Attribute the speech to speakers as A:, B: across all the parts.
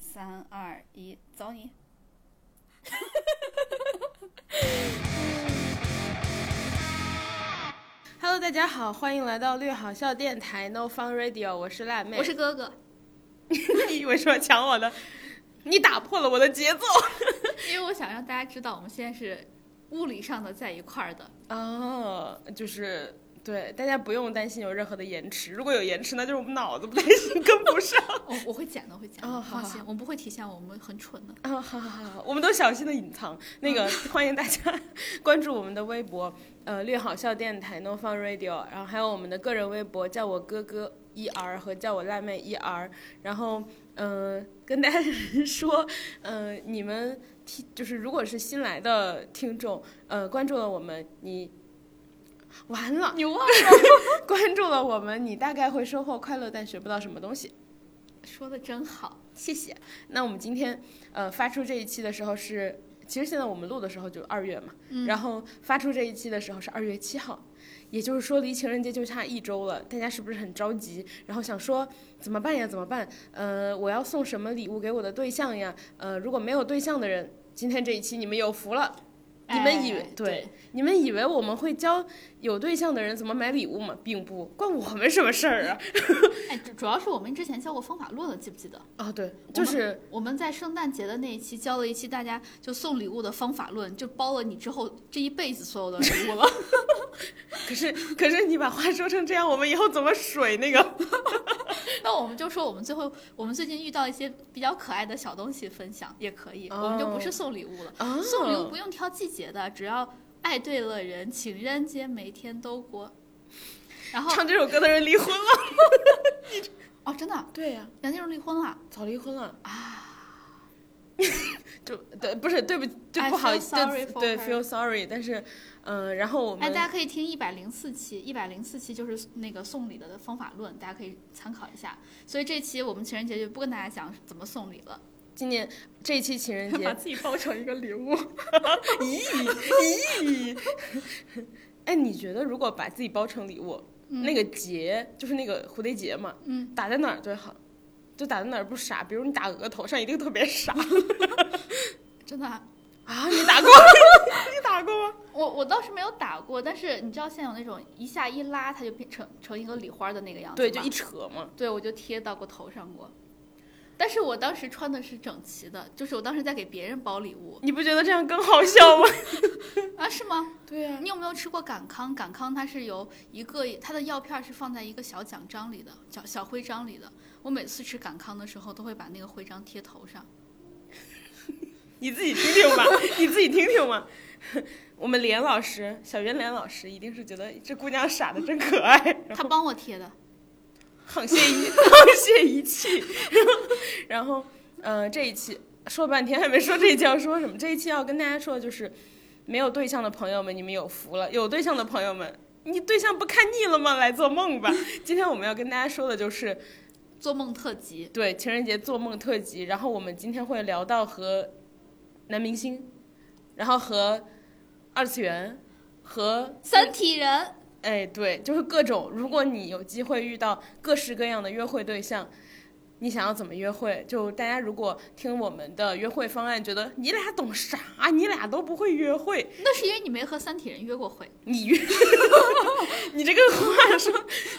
A: 三二一，走你！
B: Hello，大家好，欢迎来到略好笑电台 No Fun Radio，我是辣妹。
C: 我是哥哥，
B: 你以为是要抢我的？你打破了我的节奏。
C: 因为我想让大家知道我们现在是物理上的在一块儿 的。
B: 哦，就是对，大家不用担心有任何的延迟，如果有延迟，那就是我们脑子不担心跟不上。
C: 我我会剪的，我会剪的，
B: 哦好
C: 放心
B: 好，
C: 我们不会体现我们很蠢的。
B: 啊、好好好，我们都小心的隐藏。那个， 欢迎大家关注我们的微博，呃，略好笑电台 No Fun Radio，然后还有我们的个人微博，叫我哥哥 E R 和叫我辣妹 E R。然后，嗯、跟大家说，嗯、你们听，就是如果是新来的听众，呃，关注了我们，你完了，
C: 你忘了
B: 关注了我们，你大概会收获快乐，但学不到什么东西。
C: 说的真好，
B: 谢谢。那我们今天呃发出这一期的时候是，其实现在我们录的时候就二月嘛，
C: 嗯
B: 然后发出这一期的时候是二月七号，也就是说离情人节就差一周了，大家是不是很着急？然后想说怎么办呀？怎么办？呃，我要送什么礼物给我的对象呀？呃，如果没有对象的人，今天这一期你们有福了。你们以为、
C: 哎
B: 对你们以为我们会教有对象的人怎么买礼物吗？并不关我们什么事儿 啊！
C: 哎，主主要是我们之前教过方法论了，记不记得？
B: 哦，对，就是
C: 我们在圣诞节的那一期教了一期大家就送礼物的方法论，就包了你之后这一辈子所有的礼物 了。
B: 可是，可是你把话说成这样，我们以后怎么水那个？
C: 那我们就说我们最后我们最近遇到一些比较可爱的小东西分享也可以，
B: 哦
C: 我们就不是送礼物了。
B: 啊
C: 送礼物不用挑季节的，只要爱对了人，情人节每天都过。然后
B: 唱这首歌的人离婚了。
C: 哦，真的，
B: 对呀、
C: 梁静茹离婚了，
B: 早离婚了啊。 就对，不是对不，就
C: I
B: 不好
C: feel
B: 意思，
C: sorry
B: 对
C: for
B: 对
C: her
B: ，feel sorry，但是，嗯、然后我
C: 哎，
B: 们
C: 大家可以听一百零四期，一百零四期就是那个送礼的方法论，大家可以参考一下。所以这期我们情人节就不跟大家讲怎么送礼了，
B: 今年这一期情 人节，
C: 自己包成一个礼物。
B: 咦咦，哎，你觉得如果把自己包成礼物，那个结就是那个蝴蝶结嘛，
C: 嗯，
B: 打在哪儿最好？就打在哪儿不傻？比如你打额头上，一定特别傻
C: 真的啊、
B: 啊！ 你打过？你打过吗？
C: 我我倒是没有打过，但是你知道现在有那种一下一拉，它就变成成一个礼花的那个样子
B: 对，就
C: 吗
B: 一扯嘛。
C: 对，我就贴到过头上过。但是我当时穿的是整齐的，就是我当时在给别人包礼物
B: 你不觉得这样更好笑吗？
C: 啊？是吗？
B: 对呀、
C: 你有没有吃过赶康？赶康它是由一个它的药片儿是放在一个小奖章里的，小小徽章里的。我每次吃赶康的时候，都会把那个徽章贴头上。
B: 你自己听听吧，你自己听听吧。 我们连老师，小袁连老师一定是觉得这姑娘傻的真可爱，然
C: 他
B: 后
C: 帮我贴的，
B: 沆瀣一沆瀣一气。 然后，呃，这一期说半天还没说这一期要说什么，这一期要跟大家说的就是，没有对象的朋友们，你们有福了；有对象的朋友们，你对象不看腻了吗？来做梦吧。今天我们要跟大家说的就是
C: 做梦特辑。
B: 对情人节做梦特辑，然后我们今天会聊到和男明星，然后和二次元，和
C: 三体人，
B: 哎对，就是各种。如果你有机会遇到各式各样的约会对象，你想要怎么约会？就大家如果听我们的约会方案，觉得你俩懂啥？你俩都不会约会，
C: 那是因为你没和三体人约过会。
B: 你 约，你这个话说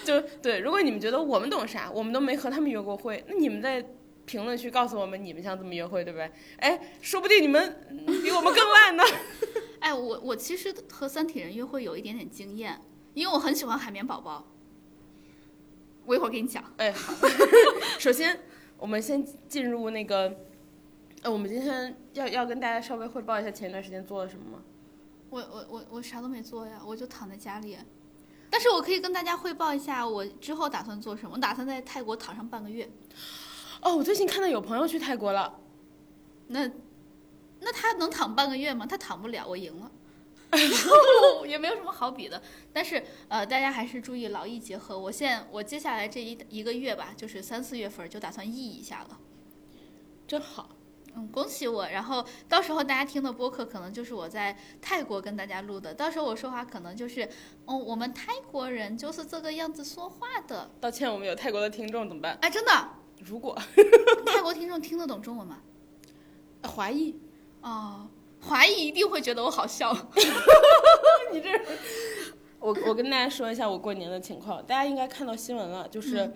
B: 就对。如果你们觉得我们懂啥，我们都没和他们约过会，那你们在评论区告诉我们你们想怎么约会，对不对？哎，说不定你们嗯比我们更烂呢。
C: 哎，我我其实和三体人约会有一点点经验，因为我很喜欢海绵宝宝。我一会儿给你讲。
B: 哎，好， 首先我们先进入那个，呃，我们今天要要跟大家稍微汇报一下前一段时间做了什么吗？
C: 我我我我啥都没做呀，我就躺在家里。但是我可以跟大家汇报一下我之后打算做什么。我打算在泰国躺上半个月。
B: 哦，我最近看到有朋友去泰国了，
C: 那那他能躺半个月吗？他躺不了，我赢了。我也没有什么好比的，但是呃，大家还是注意劳逸结合。我现我接下来这一一个月吧，就是三四月份儿就打算 E 一下了。
B: 真好。
C: 嗯，恭喜我！然后到时候大家听的播客可能就是我在泰国跟大家录的，到时候我说话可能就是，哦，我们泰国人就是这个样子说话的，
B: 道歉，我们有泰国的听众怎么办？
C: 哎，真的，
B: 如果
C: 泰国听众听得懂中文吗？
B: 华裔，
C: 哦，华裔一定会觉得我好笑。
B: 我我跟大家说一下我过年的情况，大家应该看到新闻了，
C: 嗯
B: 就是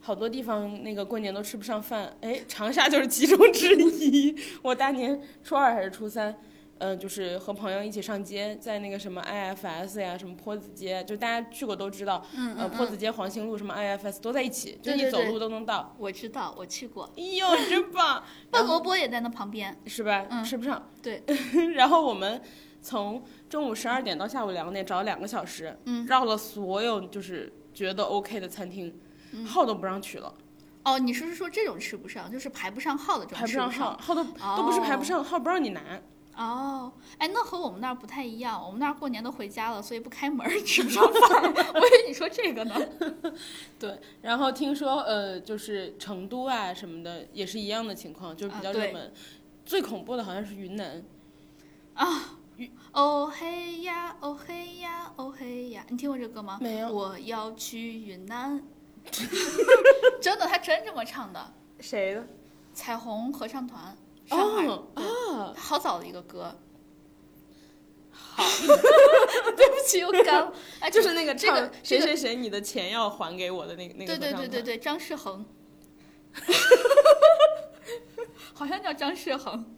B: 好多地方那个过年都吃不上饭，哎，长沙就是其中之一。我大年初二还是初三，嗯、就是和朋友一起上街，在那个什么 IFS 呀，什么坡子街，就大家去过都知道，
C: 嗯
B: 呃，坡子街、黄兴路什么 IFS 都在一起，就
C: 对
B: 你
C: 对
B: 走
C: 对
B: 路都能到。
C: 我知道，我去过，
B: 哎呦，真棒！
C: 鲍萝卜也在那旁边。
B: 是吧？
C: 嗯
B: 吃不上。
C: 对。
B: 然后我们从中午十二点到下午两点，找了两个小时，
C: 嗯
B: 绕了所有就是觉得 OK 的餐厅，号都不让取了，
C: 哦，你是说这种吃不上，就是排不上号的这种
B: 排不
C: 吃
B: 上哦
C: 不
B: 号，号都、都不是排不上号，不让你拿。
C: 哦，哎，那和我们那儿不太一样，我们那儿过年都回家了，所以不开门儿 吃不上饭。我以为你说这个呢。
B: 对。然后听说呃，就是成都啊什么的也是一样的情况，就是比较
C: 啊
B: 热
C: 对
B: 门。最恐怖的好像是云南，
C: 哦嘿呀，哦嘿呀，哦嘿呀，你听过这歌吗？
B: 没有
C: 我要去云南。 真的，他真这么唱的。
B: 谁的？
C: 彩虹合唱团，上海，
B: 哦啊，
C: 嗯好早的一个歌。 好，对不起，又干了。哎，
B: 就是那个
C: 这
B: 唱、
C: 个
B: 谁
C: 这个
B: 谁谁你的钱要还给我的那个那个
C: 对对
B: 合唱
C: 对
B: 团
C: 对对，张世恒， 好像叫张世恒，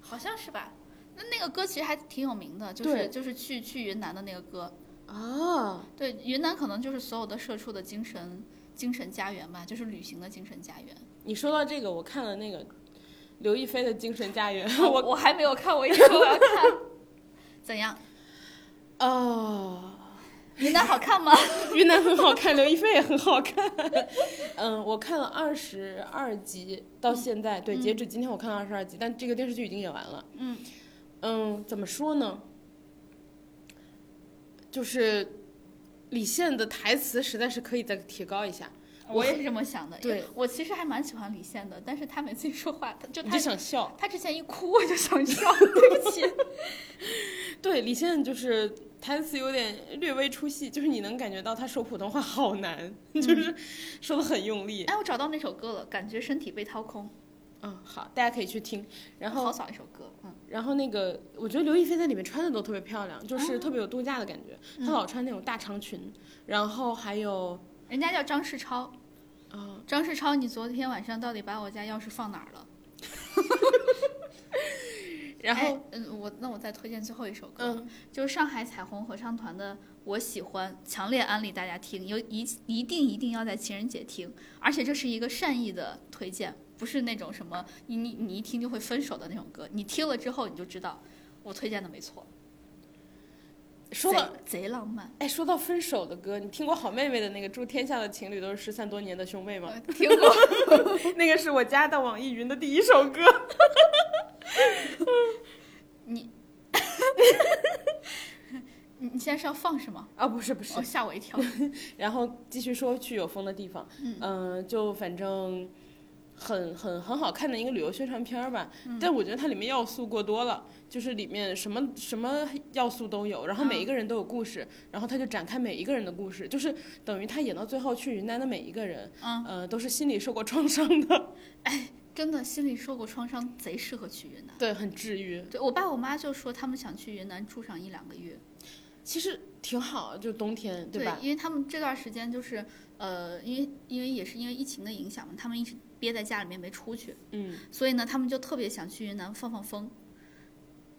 C: 好像是吧？那那个歌其实还挺有名的，就是
B: 对
C: 就是去去云南的那个歌。
B: 啊，
C: 对，云南可能就是所有的社畜的精神精神家园吧，就是旅行的精神家园。
B: 你说到这个，我看了那个刘亦菲的《精神家园》
C: 啊
B: 我，
C: 我还没有看，我一直说我要看。 怎样？
B: 哦，
C: 云南好看吗？
B: 云南很好看，刘亦菲也很好看。嗯，我看了二十二集，到现在、对，截止今天我看了二十二集，但这个电视剧已经演完了。
C: 嗯
B: 嗯，怎么说呢？就是李现的台词实在是可以再提高一下，
C: 我也是这么想的。
B: 对
C: 因为我其实还蛮喜欢李现 的，但是他每次一说话，他就
B: 你
C: 他
B: 就想笑。
C: 他之前一哭我就想笑， 对不起。
B: 对，李现就是台词有点略微出戏，就是你能感觉到他说普通话好难，就是说的很用力。
C: 哎，我找到那首歌了，感觉身体被掏空，
B: 嗯，好，大家可以去听。然后
C: 好，早一首歌，嗯，
B: 然后那个，我觉得刘亦菲在里面穿的都特别漂亮，就是特别有度假的感觉。她老穿那种大长裙，然后还有，
C: 人家叫张世超，
B: 啊，
C: 张世超，你昨天晚上到底把我家钥匙放哪儿了？
B: 然后，
C: 哎，嗯，我那我再推荐最后一首歌，
B: 嗯，
C: 就是上海彩虹合唱团的《我喜欢》，强烈安利大家听，有一一定一定要在情人节听，而且这是一个善意的推荐，不是那种什么你你你一听就会分手的那种歌，你听了之后你就知道我推荐的没错，
B: 说到，
C: 贼贼浪漫，
B: 哎，说到分手的歌，你听过好妹妹的那个《祝天下的情侣都是失散多年的兄妹》吗？
C: 呃听过。
B: 那个是我加到网易云的第一首歌。
C: 你你现在是要放是吗？
B: 啊，不是不是
C: 哦，，吓我一跳。
B: 然后继续说去有风的地方，
C: 嗯
B: 呃就反正很很很好看的一个旅游宣传片儿吧。
C: 嗯
B: 但我觉得它里面要素过多了，就是里面什么什么要素都有，然后每一个人都有故事，
C: 嗯
B: 然后他就展开每一个人的故事，就是等于他演到最后去云南的每一个人，
C: 嗯
B: 呃，都是心里受过创伤的，
C: 真的，心里受过创伤，贼适合去云南。
B: 对，很治愈，
C: 对我爸我妈就说他们想去云南住上一两个月，
B: 其实挺好，就冬天对吧？
C: 因为他们这段时间就是呃，因为因为也是因为疫情的影响嘛，他们一直憋在家里面没出去，
B: 嗯，
C: 所以呢，他们就特别想去云南放放风，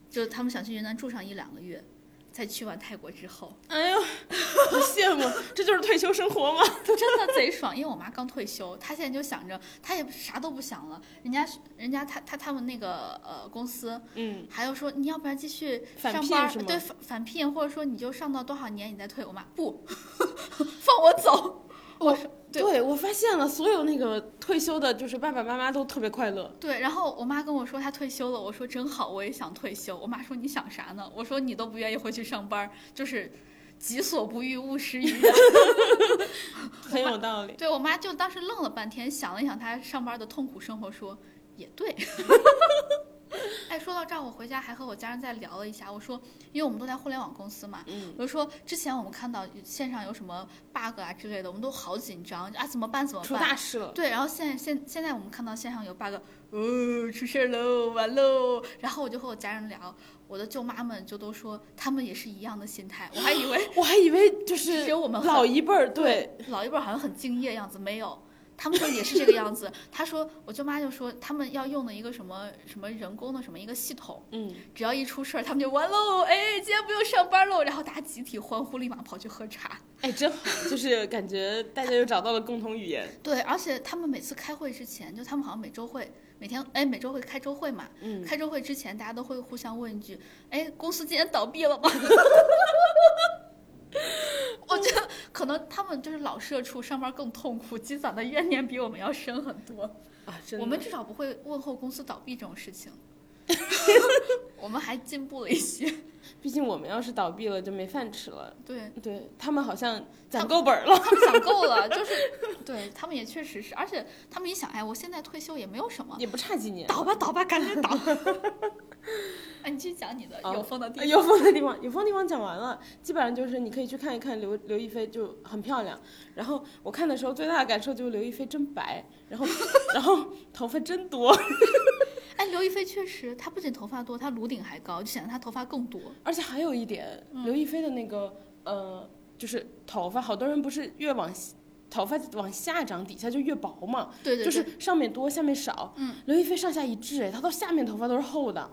C: 就他们想去云南住上一两个月，在去完泰国之后，
B: 哎呦， 好羡慕，这就是退休生活吗？
C: 真的贼爽。因为我妈刚退休，她现在就想着，她也啥都不想了，人家人家她她他们那个呃公司
B: 嗯，
C: 还有说你要不然继续
B: 返
C: 上
B: 聘
C: 班儿
B: 是吗
C: 对返返聘，或者说你就上到多少年你再退。我妈不 放我走，我说对
B: 对，我发现了，所有那个退休的，就是爸爸妈妈都特别快乐。
C: 对。然后我妈跟我说她退休了，我说真好，我也想退休。我妈说你想啥呢？我说你都不愿意回去上班儿，就是己所不欲，勿施于人。
B: 很有道理。
C: 对我妈就当时愣了半天，想了一想她上班的痛苦生活，说也对。 哎，说到这儿，我回家还和我家人再聊了一下。我说，因为我们都在互联网公司嘛，
B: 嗯，
C: 我就说之前我们看到线上有什么 bug 啊之类的，我们都好紧张啊，怎么办？怎 么
B: 出
C: 办？
B: 大事了，
C: 对，然后现在现现在我们看到线上有 bug，哦，出事儿喽，完喽。然后我就和我家人聊，我的舅妈们就都说他们也是一样的心态。我还以为
B: 我还以为就
C: 只
B: 是
C: 有我们很
B: 老一辈儿，对，
C: 老一辈儿好像很敬业样子，没有，他们说也是这个样子。他说，我舅妈就说他们要用的一个什么什么人工的什么一个系统，
B: 嗯，
C: 只要一出事儿，他们就完喽，哎，今天不用上班喽，然后大家集体欢呼，立马跑去喝茶。
B: 哎， 真好，就是感觉大家又找到了共同语言，
C: 对，而且他们每次开会之前，就他们好像每周会，每天哎每周会开周会嘛，
B: 嗯，
C: 开周会之前大家都会互相问一句，哎，公司今天倒闭了吗？ 我觉得可能他们就是老社畜，上班更痛苦，积攒的怨念比我们要深很多。
B: 啊，真的，
C: 我们至少不会问候公司倒闭这种 事情，我们还进步了一些。
B: 毕竟我们要是倒闭了就没饭吃了，
C: 对，
B: 对他们好像攒够本儿了，
C: 他们想够了，就是对他们也确实是，而且他们一想，哎，我现在退休也没有什么，
B: 也不差几年。
C: 倒吧倒吧，赶紧倒。 哎，你继续讲你的
B: 哦
C: 有风的
B: 呃
C: 地方。
B: 有风的地方，有风的地方讲完了，基本上就是你可以去看一看刘刘亦菲就很漂亮。然后我看的时候最大的感受就是刘亦菲真白，然后 然后头发真多，
C: 哎，刘亦菲确实，她不仅头发多，她颅顶还高，就显得她头发更多。
B: 而且还有一点，刘亦菲的那个呃就是头发，好多人不是越往西头发往下长底下就越薄嘛，
C: 对对对，
B: 就是上面多下面少。
C: 嗯，
B: 刘亦菲上下一致，哎，她到下面头发都是厚的。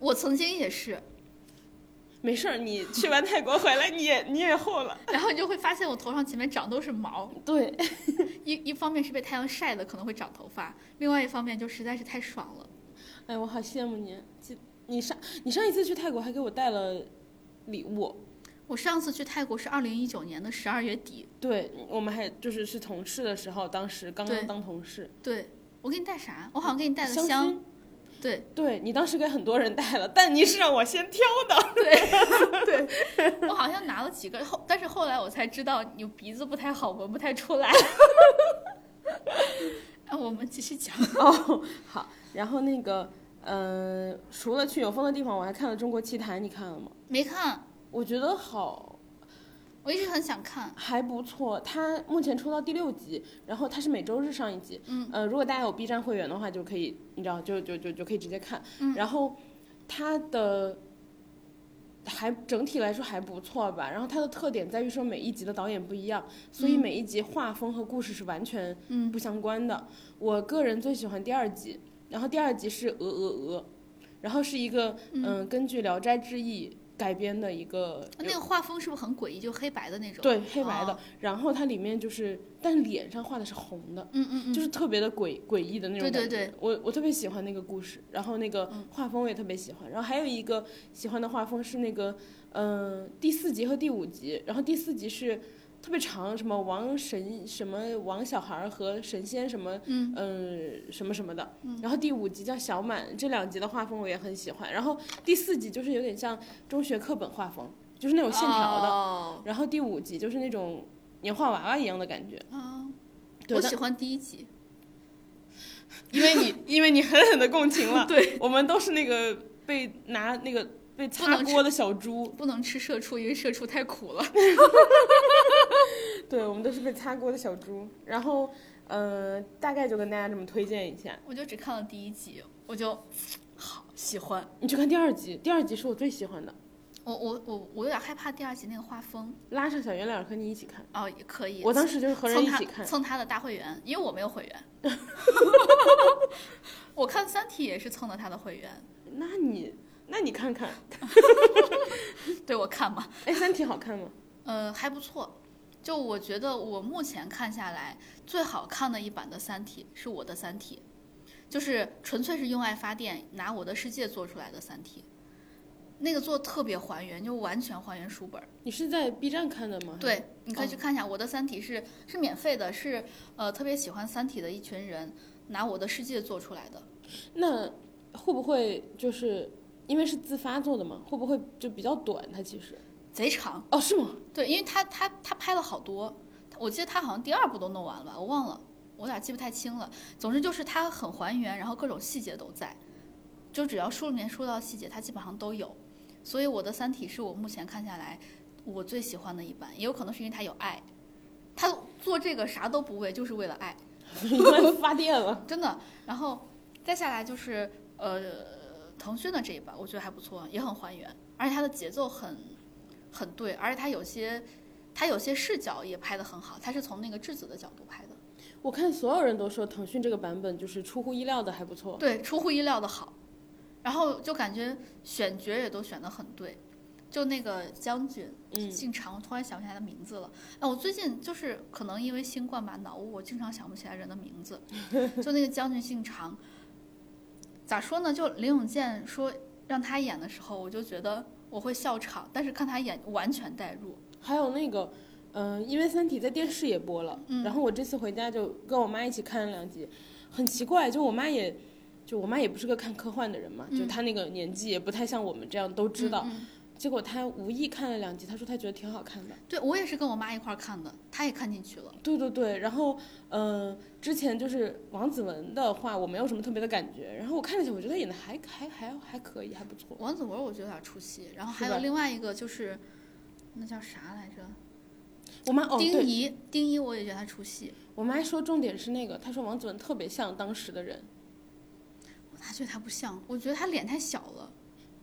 C: 我曾经也是，
B: 没事儿，你去完泰国回来，你也 你也厚了。
C: 然后你就会发现我头上前面长都是毛，
B: 对，
C: 一一方面是被太阳晒的，可能会长头发；，另外一方面就实在是太爽了。
B: 哎，我好羡慕你。记你上你上一次去泰国还给我带了礼物，
C: 我上次去泰国是二零一九年的十二月底，
B: 对我们还就是是同事的时候，当时刚
C: 对
B: 刚当同事，
C: 对我给你带啥？我好像给你带了
B: 香
C: 香，
B: 薰
C: 对
B: 对你当时给很多人带了，但你是让我先挑的。
C: 我好像拿了几个，后但是后来我才知道你鼻子不太好，闻不太出 来。哎，我们继续讲。
B: 哦，好，然后那个，嗯、除了去有风的地方，我还看了《中国奇谭》，你看了吗？
C: 没看，
B: 我觉得好，
C: 我一直很想看。
B: 还不错。它目前出到第六集，然后它是每周日上一集，
C: 嗯
B: 呃，如果大家有 B 站会员的话，就可以，你知道，就就就就可以直接看。
C: 嗯
B: 然后它的还整体来说还不错吧。然后它的特点在于说每一集的导演不一样，所以
C: 嗯
B: 每一集画风和故事是完全
C: 嗯，
B: 不相关的。我个人最喜欢第二集，然后第二集是鹅鹅鹅，然后是一个嗯、
C: 嗯哦
B: 根据《聊斋志异》改编的一个
C: 那个画风是不是很诡异，就黑白的那种？
B: 对黑白的
C: 哦。
B: 然后它里面就是，但脸上画的是红的。
C: 嗯嗯嗯，
B: 就是特别的诡诡异的那种
C: 对
B: 感觉。
C: 对对
B: 我我特别喜欢那个故事，然后那个
C: 嗯
B: 画风我也特别喜欢。然后还有一个喜欢的画风是那个，嗯、第四集和第五集，然后第四集是特别长，什么王神什么王小孩儿和神仙什么。
C: 嗯，
B: 嗯，什么什么的
C: 嗯，
B: 然后第五集叫小满，这两集的画风我也很喜欢。然后第四集就是有点像中学课本画风，就是那种线条的。
C: 哦
B: 然后第五集就是那种年画娃娃一样的感觉。
C: 啊，
B: 对
C: 我
B: 但
C: 喜欢第一集。
B: 因为你因为你狠狠的共情 了，
C: 对，
B: 我们都是那个被拿那个被擦锅的小猪，
C: 不能吃社畜，因为社畜太苦了。
B: 对，我们都是被擦锅的小猪。然后，呃，大概就跟大家这么推荐一下。
C: 我就只看了第一集，我就好喜欢。
B: 你去看第二集，第二集是我最喜欢的，
C: 我我我我有点害怕第二集那个画风
B: 拉上小圆脸和你一起看。
C: 哦，也可以。
B: 我当时就是和人
C: 蹭
B: 一
C: 他
B: 起看，
C: 蹭他的大会员，因为我没有会 员。我看《三体》也是蹭的他的会员，
B: 那你那你看看，
C: 对我看吧，
B: 哎，《三体》好看吗？
C: 呃，还不错。就我觉得我目前看下来最好看的一版的《三体》是我的《三体》，就是纯粹是用爱发电，拿我的世界做出来的《三体》，那个做得特别还原，就完全还原书本。
B: 你是在 B 站看的吗？，
C: 对，你可以去看一下。我的《三体是》是免费的，是呃特别喜欢《三体》的一群人拿我的世界做出来的。
B: 那会不会就是因为是自发做的嘛？会不会就比较短？它其实
C: 贼长，
B: 哦，是吗？
C: 对，因为他他他拍了好多，我记得他好像第二部都弄完了吧，我忘了，我有点记不太清了。总之就是它很还原，然后各种细节都在，就只要书里面说到的细节，它基本上都有。所以我的《三体》是我目前看下来我最喜欢的一版，也有可能是因为它有爱，它做这个啥都不为，就是为了爱。
B: 因为发电了。
C: 真的。然后再下来就是呃，腾讯的这一版，我觉得还不错，也很还原，而且它的节奏很很对，而且它有些它有些视角也拍得很好，它是从那个质子的角度拍的，
B: 我看所有人都说腾讯这个版本就是出乎意料的还不错。
C: 对，出乎意料的好。然后就感觉选角也都选得很对，就那个将军
B: 嗯
C: 进场，我突然想不起来他名字了。哎，我最近就是可能因为新冠吧，脑雾，我经常想不起来人的 名字。就那个将军姓常，咋说呢？就林永健说让他演的时候，我就觉得我会笑场，但是看他演完全代入。
B: 还有那个，嗯、因为《三体》在电视也播了，
C: 嗯
B: 然后我这次回家就跟我妈一起看了两集，很奇怪，就我妈也，就我妈也不是个看科幻的人嘛，就
C: 嗯
B: 她那个年纪也不太像我们这样都知道，
C: 嗯
B: 结果她无意看了两集，她说她觉得挺好看的。
C: 嗯对我也是跟我妈一块儿看的，她也看进去了。
B: 对对对，然后，嗯、之前就是王子文的话，我没有什么特别的感觉，然后我看了一下，我觉得演的还还还还可以，还不错。
C: 王子文我觉得有点出戏，然后还
B: 是吧
C: 有另外一个就是那叫啥来着？
B: 我妈哦，
C: 丁
B: 对，
C: 仪，丁仪我也觉得他出戏，
B: 我妈说重点是那个，她说王子文特别像当时的人，
C: 我咋觉得他不像？我觉得他脸太小了，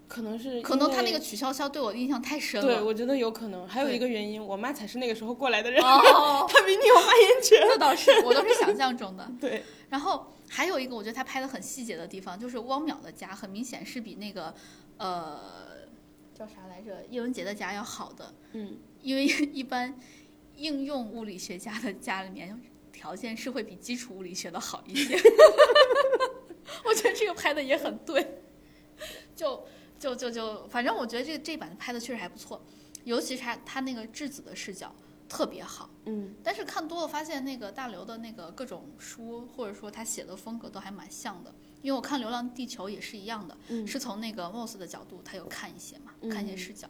B: 可能是
C: 可能
B: 因
C: 他
B: 为
C: 那个曲筱绡对我的印象太深
B: 对，
C: 了。
B: 我觉得有可能。还有
C: 对
B: 一个原因，我妈才是那个时候过来的人，
C: 哦，
B: 她比你有发言权。
C: 这倒是，我都是想象中的。
B: 对，
C: 然后还有一个我觉得他拍的很细节的地方，就是汪淼的家很明显是比那个呃叫啥来着叶文洁的家要好的，
B: 嗯，
C: 因为一般应用物理学家的家里面条件是会比基础物理学的好一些。 我觉得这个拍的也很对，就就就就，反正我觉得这这版拍的确实还不错，尤其是他他那个质子的视角特别好。
B: 嗯，
C: 但是看多了发现，那个大刘的那个各种书，或者说他写的风格都还蛮像的。因为我看《流浪地球》也是一样的，
B: 嗯
C: 是从那个 Moss 的角度，他有看一些嘛，
B: 嗯
C: 看一些视角。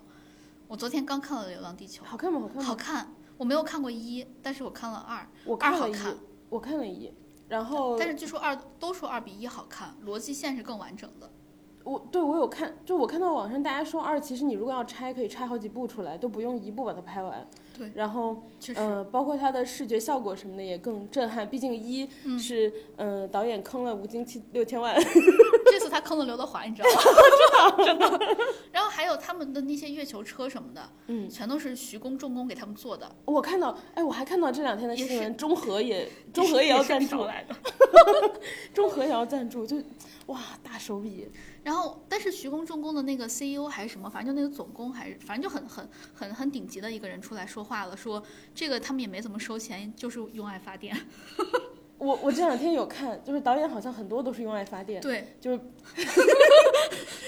C: 我昨天刚看了《流浪地球
B: 好看吗？好》，看
C: 好
B: 吗？
C: 看。我没有看过一，但是我看了二，
B: 我
C: 二
B: 看
C: 好
B: 了一
C: 看，，
B: 我看了一眼，然后
C: 但是据说二都说二比一好看，逻辑线是更完整的。
B: 我对我有看，就我看到网上大家说二，其实你如果要拆，可以拆好几部出来，都不用一部把它拍完。
C: 对，
B: 然后
C: 确实，
B: 呃，包括它的视觉效果什么的也更震撼，毕竟一
C: 嗯
B: 是嗯、呃导演坑了吴京七六千万，
C: 这次他坑了刘德华，你知道吗？ 真的真的。然后还有他们的那些月球车什么的，
B: 嗯，
C: 全都是徐工重工给他们做的。
B: 我看到哎，我还看到这两天的
C: 也
B: 新
C: 是
B: 闻，中核也中核也要赞助，
C: 来的。
B: 中核也要赞助，就哇大手笔，
C: 然后，但是徐工重工的那个 CEO 还是什么，反正就那个总工还是，反正就很很很很顶级的一个人出来说话了，说这个他们也没怎么收钱，就是用爱发电。
B: 我我这两天有看，就是导演好像很多都是用爱发电，
C: 对，
B: 就是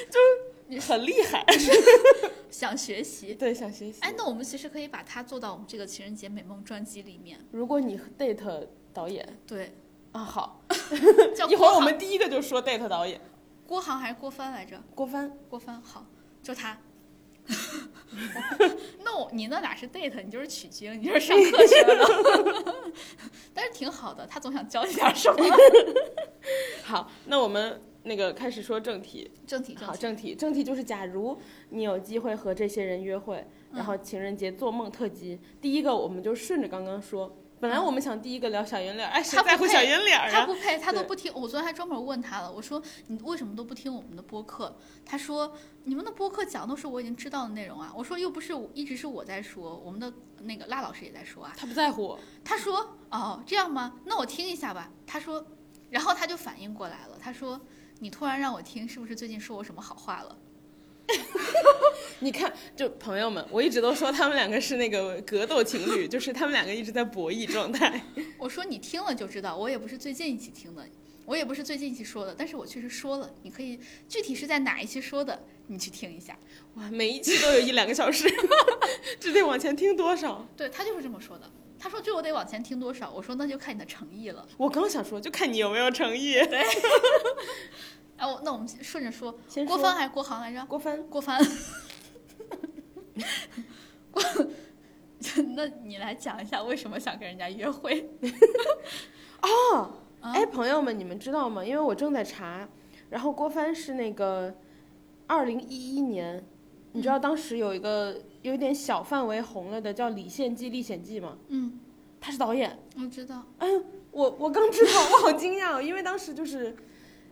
B: 就是很厉害，
C: 想学习。
B: 对，想学习。
C: 哎，那我们其实可以把它做到我们这个情人节美梦专辑里面。
B: 如果你 date 导演
C: 对，
B: 啊，好，
C: 叫
B: 一会儿
C: 郭
B: 我
C: 航
B: 们第一个就说 date 导演
C: 郭航还是郭帆来着？
B: 郭帆，
C: 郭帆，好，就他。 那我你那哪是 date，你就是取经，你就是上课去了。 但是挺好的，他总想教你点儿什么。
B: 好，那我们那个开始说正题。
C: 正题正
B: 好，
C: 题，
B: 正题，正题就是，假如你有机会和这些人约会，
C: 嗯
B: 然后情人节做梦特辑，第一个我们就顺着刚刚说，本来我们想第一个聊小圆脸儿，哎，谁
C: 他不
B: 在乎
C: 配
B: 小圆脸儿
C: 他
B: 啊？
C: 不配，他都
B: 对
C: 不听。我昨天还专门问他了，我说你为什么都不听我们的播客？他说你们的播客讲的都是我已经知道的内容啊。我说又不是我一直是我在说，我们的那个辣老师也在说啊。
B: 他不在乎，
C: 他说哦这样吗？那我听一下吧。他说，然后他就反应过来了，他说你突然让我听，是不是最近说我什么好话了？
B: 你看，就朋友们，我一直都说他们两个是那个格斗情侣， 就是他们两个一直在博弈状态。
C: 我说你听了就知道，我也不是最近一期听的，我也不是最近一期说的，但是我确实说了，你可以具体是在哪一期说的，你去听一下。
B: 哇，每一期都有一两个小时， 这得往前听多少？
C: 对他就是这么说的。他说这我得往前听多少？我说那就看你的诚意了。
B: 我刚想说，就看你有没有诚意。
C: 哎，我那我们顺着说，
B: 先
C: 郭
B: 说
C: 帆还是郭航来着？
B: 郭帆，
C: 郭帆， 郭，那你来讲一下为什么想跟人家约会？啊
B: 哎，朋友们，你们知道吗？因为我正在查，然后郭帆是那个二零一一年，你知
C: 嗯
B: 道当时有一个有一点小范围红了的叫《李献计历险记》吗？
C: 嗯，
B: 他是导演。哎
C: 我知道，
B: 我我刚知道，我好惊讶、哦，因为当时就是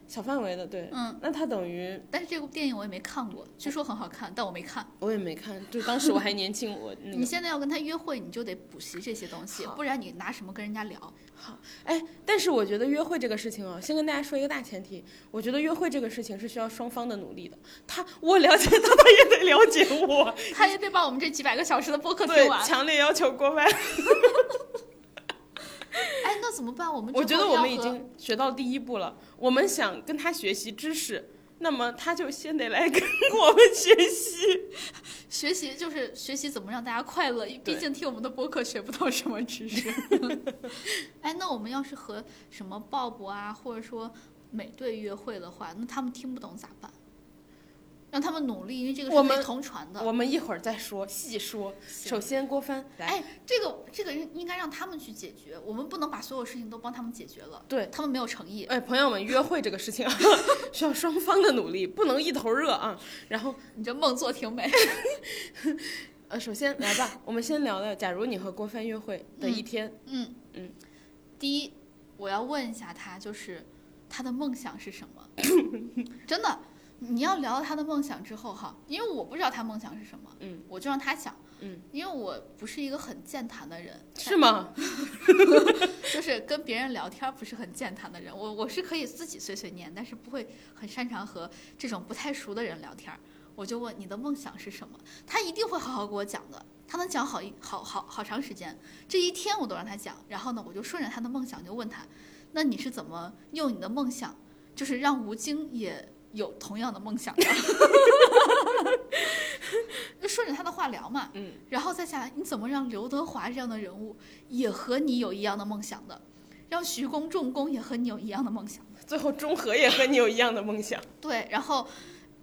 B: 小范围的，对。
C: 嗯，
B: 那他等于
C: 但是这部电影我也没看过，据说很好看，但我没看。
B: 我也没看，就当时我还年轻，我那
C: 你
B: 个
C: 现在要跟他约会，你就得补习这些东西，
B: 嗯好
C: 不然你拿什么跟人家聊？
B: 好哎，但是我觉得约会这个事情哦，先跟大家说一个大前提，我觉得约会这个事情是需要双方的努力的。他我了解他，他也得了解 我，
C: 他也得把我们这几百个小时的播客听
B: 对，啊
C: 完。
B: 强烈要求郭帆。
C: 哎，那怎么办？我们
B: 我
C: 之
B: 觉
C: 后
B: 得我
C: 要
B: 们已
C: 和
B: 经学到第一步了。我们想跟他学习知识，那么他就先得来跟 我们学习。
C: 学习就是学习怎么让大家快乐，毕竟听我们的播客学不到什么知识。 哎，那我们要是和什么鲍勃啊，或者说美队约会的话，那他们听不懂咋办？让他们努力，因为这个
B: 我
C: 是
B: 们
C: 被同传的。
B: 我们一会儿再说，细说。首先，郭帆来，
C: 哎，这个这个应应该让他们去解决，我们不能把所有事情都帮他们解决了。
B: 对
C: 他们没有诚意。
B: 哎，朋友们，约会这个事情啊 需要双方的努力，不能一头热啊。然后，
C: 你这梦做挺美。
B: 呃，首先来吧，我们先聊聊，假如你和郭帆约会的一天，
C: 嗯
B: 嗯。
C: 第一，我要问一下他，就是他的梦想是什 么？真的，你要聊到他的梦想之后哈，因为我不知道他梦想是什么，
B: 嗯，
C: 我就让他想，
B: 嗯，
C: 因为我不是一个很健谈的人，
B: 是吗？
C: 就是跟别人聊天不是很健谈的人，我我是可以自己碎碎念，但是不会很擅长和这种不太熟的人聊天儿。我就问你的梦想是什么，他一定会好好给我讲的，他能讲好一好好好长时间，这一天我都让他讲。然后呢，我就顺着他的梦想就问他，那你是怎么用你的梦想，就是让吴京也有同样的梦想的？ 就顺着他的话聊嘛，
B: 嗯，
C: 然后再下来，你怎么让刘德华这样的人物也和你有一样的梦想的，让徐工、重工也和你有一样的梦想的？
B: 最后中和也和你有一样的梦 想，
C: 对，然后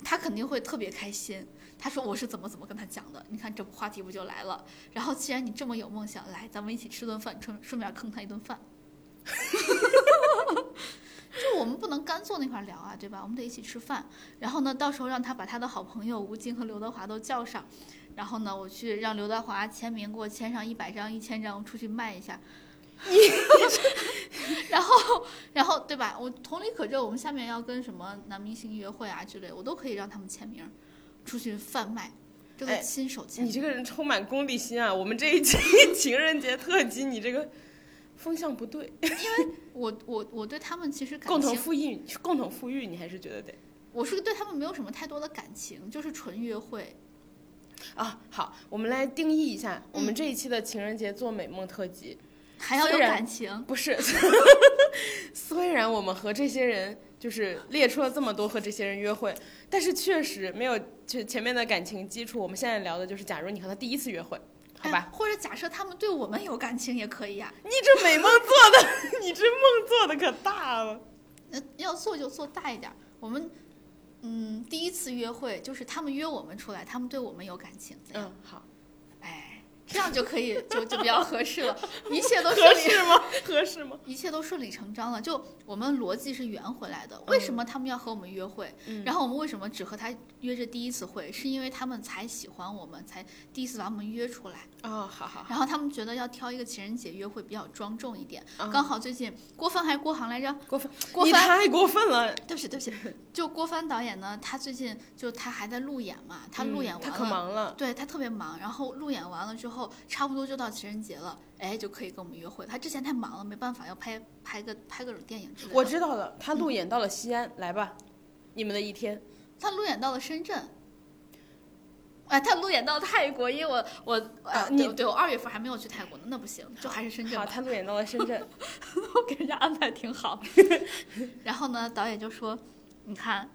C: 他肯定会特别开心。他说我是怎么怎么跟他讲的，你看这话题不就来了？然后既然你这么有梦想，来咱们一起吃顿饭，顺顺便坑他一顿饭。 就我们不能干坐那块儿聊啊，对吧？我们得一起吃饭。然后呢，到时候让他把他的好朋友吴京和刘德华都叫上，然后呢，我去让刘德华签名，给我签上一百张、一千张，我出去卖一下。 然后，然后对吧？我同理可证，我们下面要跟什么男明星约会啊之类，我都可以让他们签名，出去贩卖，这
B: 哎
C: 个亲手签
B: 你
C: 名。
B: 这个人充满功利心啊！我们这一 期情人节特辑，你这个风向不对，
C: 我我我对他们其实
B: 共
C: 感
B: 同
C: 情，
B: 富裕，共同富裕，你还是觉得得
C: 我是对他们没有什么太多的感情，就是纯约会。
B: 啊。好，我们来定义一下我们这一期的情人节做美梦特辑。
C: 还要有
B: 虽然
C: 感情，
B: 不是， 虽然我们和这些人就是列出了这么多和这些人约会，但是确实没有就前面的感情基础。我们现在聊的就是，假如你和他第一次约会，好吧？
C: 哎或者假设他们对我们有感情也可以呀、啊
B: 哎你这美梦做的， 你这梦做的可大了。
C: 那要做就做大一点儿。我们，嗯，第一次约会就是他们约我们出来，他们对我们有感情，怎样
B: 嗯，好，
C: 哎，这样就可以，就就比较合适 了，一切都
B: 合
C: 顺利，
B: 适吗？ 合适吗？
C: 一切都顺理成章了。就我们逻辑是圆回来的，为什么他们要和我们约会？然后我们为什么只和他约这第一次会？是因为他们才喜欢我们，才第一次把我们约出来。
B: 哦，好好好，
C: 然后他们觉得要挑一个情人节约会比较庄重一点，
B: 嗯
C: 刚好最近郭帆还是郭航来着？
B: 过分，嗯
C: 郭
B: 你
C: 帆
B: 太过分了。
C: 对不起，对不起，就郭帆导演呢，他最近就他还在路演嘛，他路
B: 嗯
C: 演完
B: 他
C: 了，
B: 可忙了。
C: 对他特别忙，然后路演完了之后，差不多就到情人节了，哎，就可以跟我们约会。他之前太忙了，没办法，要拍拍个拍各种电影之类的。
B: 我知道了，他路演到了西安，来吧，你们的一天。
C: 他路演到了深圳，哎，他路演到泰国，因为我我
B: 啊
C: 呃，
B: 你
C: 对对，我二月份还没有去泰国呢，那不行，就还是深圳
B: 好，
C: 吧。
B: 他路演到了深圳。
C: 我给人家安排挺好。 然后呢，导演就说：“你看，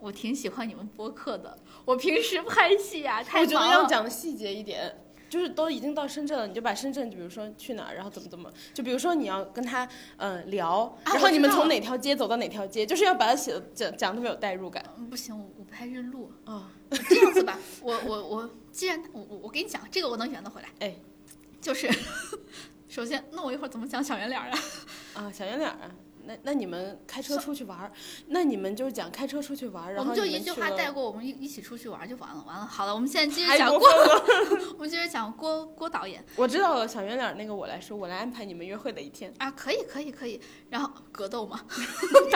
C: 我挺喜欢你们播客的，我平时拍戏呀、太
B: 我觉得
C: 忙
B: 要
C: 了。
B: 讲的细节一点，就是都已经到深圳了，你就把深圳，比如说去哪儿，然后怎么怎么，就比如说你要跟他呃聊，然
C: 啊我
B: 后
C: 知
B: 你们
C: 道
B: 从
C: 了
B: 哪条街走到哪条街，就是要把它写的讲讲得特别有代入感
C: 嗯，不行，我我不太认路。
B: 啊、
C: 这样子吧，我我我，既然我我我跟你讲，这个我能圆得回来。
B: 哎，
C: 就是 首先，那我一会儿怎么讲小圆脸儿啊？
B: 啊，小圆脸儿啊，那那你们开车出去玩儿，那你们就是讲开车出去玩儿，
C: 我
B: 然后
C: 们就
B: 你
C: 一句
B: 去
C: 话
B: 了
C: 带过，我们一一起出去玩儿就完了。完了，好了，我们现在继续
B: 太
C: 讲
B: 过
C: 郭，
B: 分了
C: 我们接着讲郭郭导演
B: 我知道了，小圆脸儿那个我来说，我来安排你们约会的一 天。
C: 啊，可以可以可以。然后格斗嘛，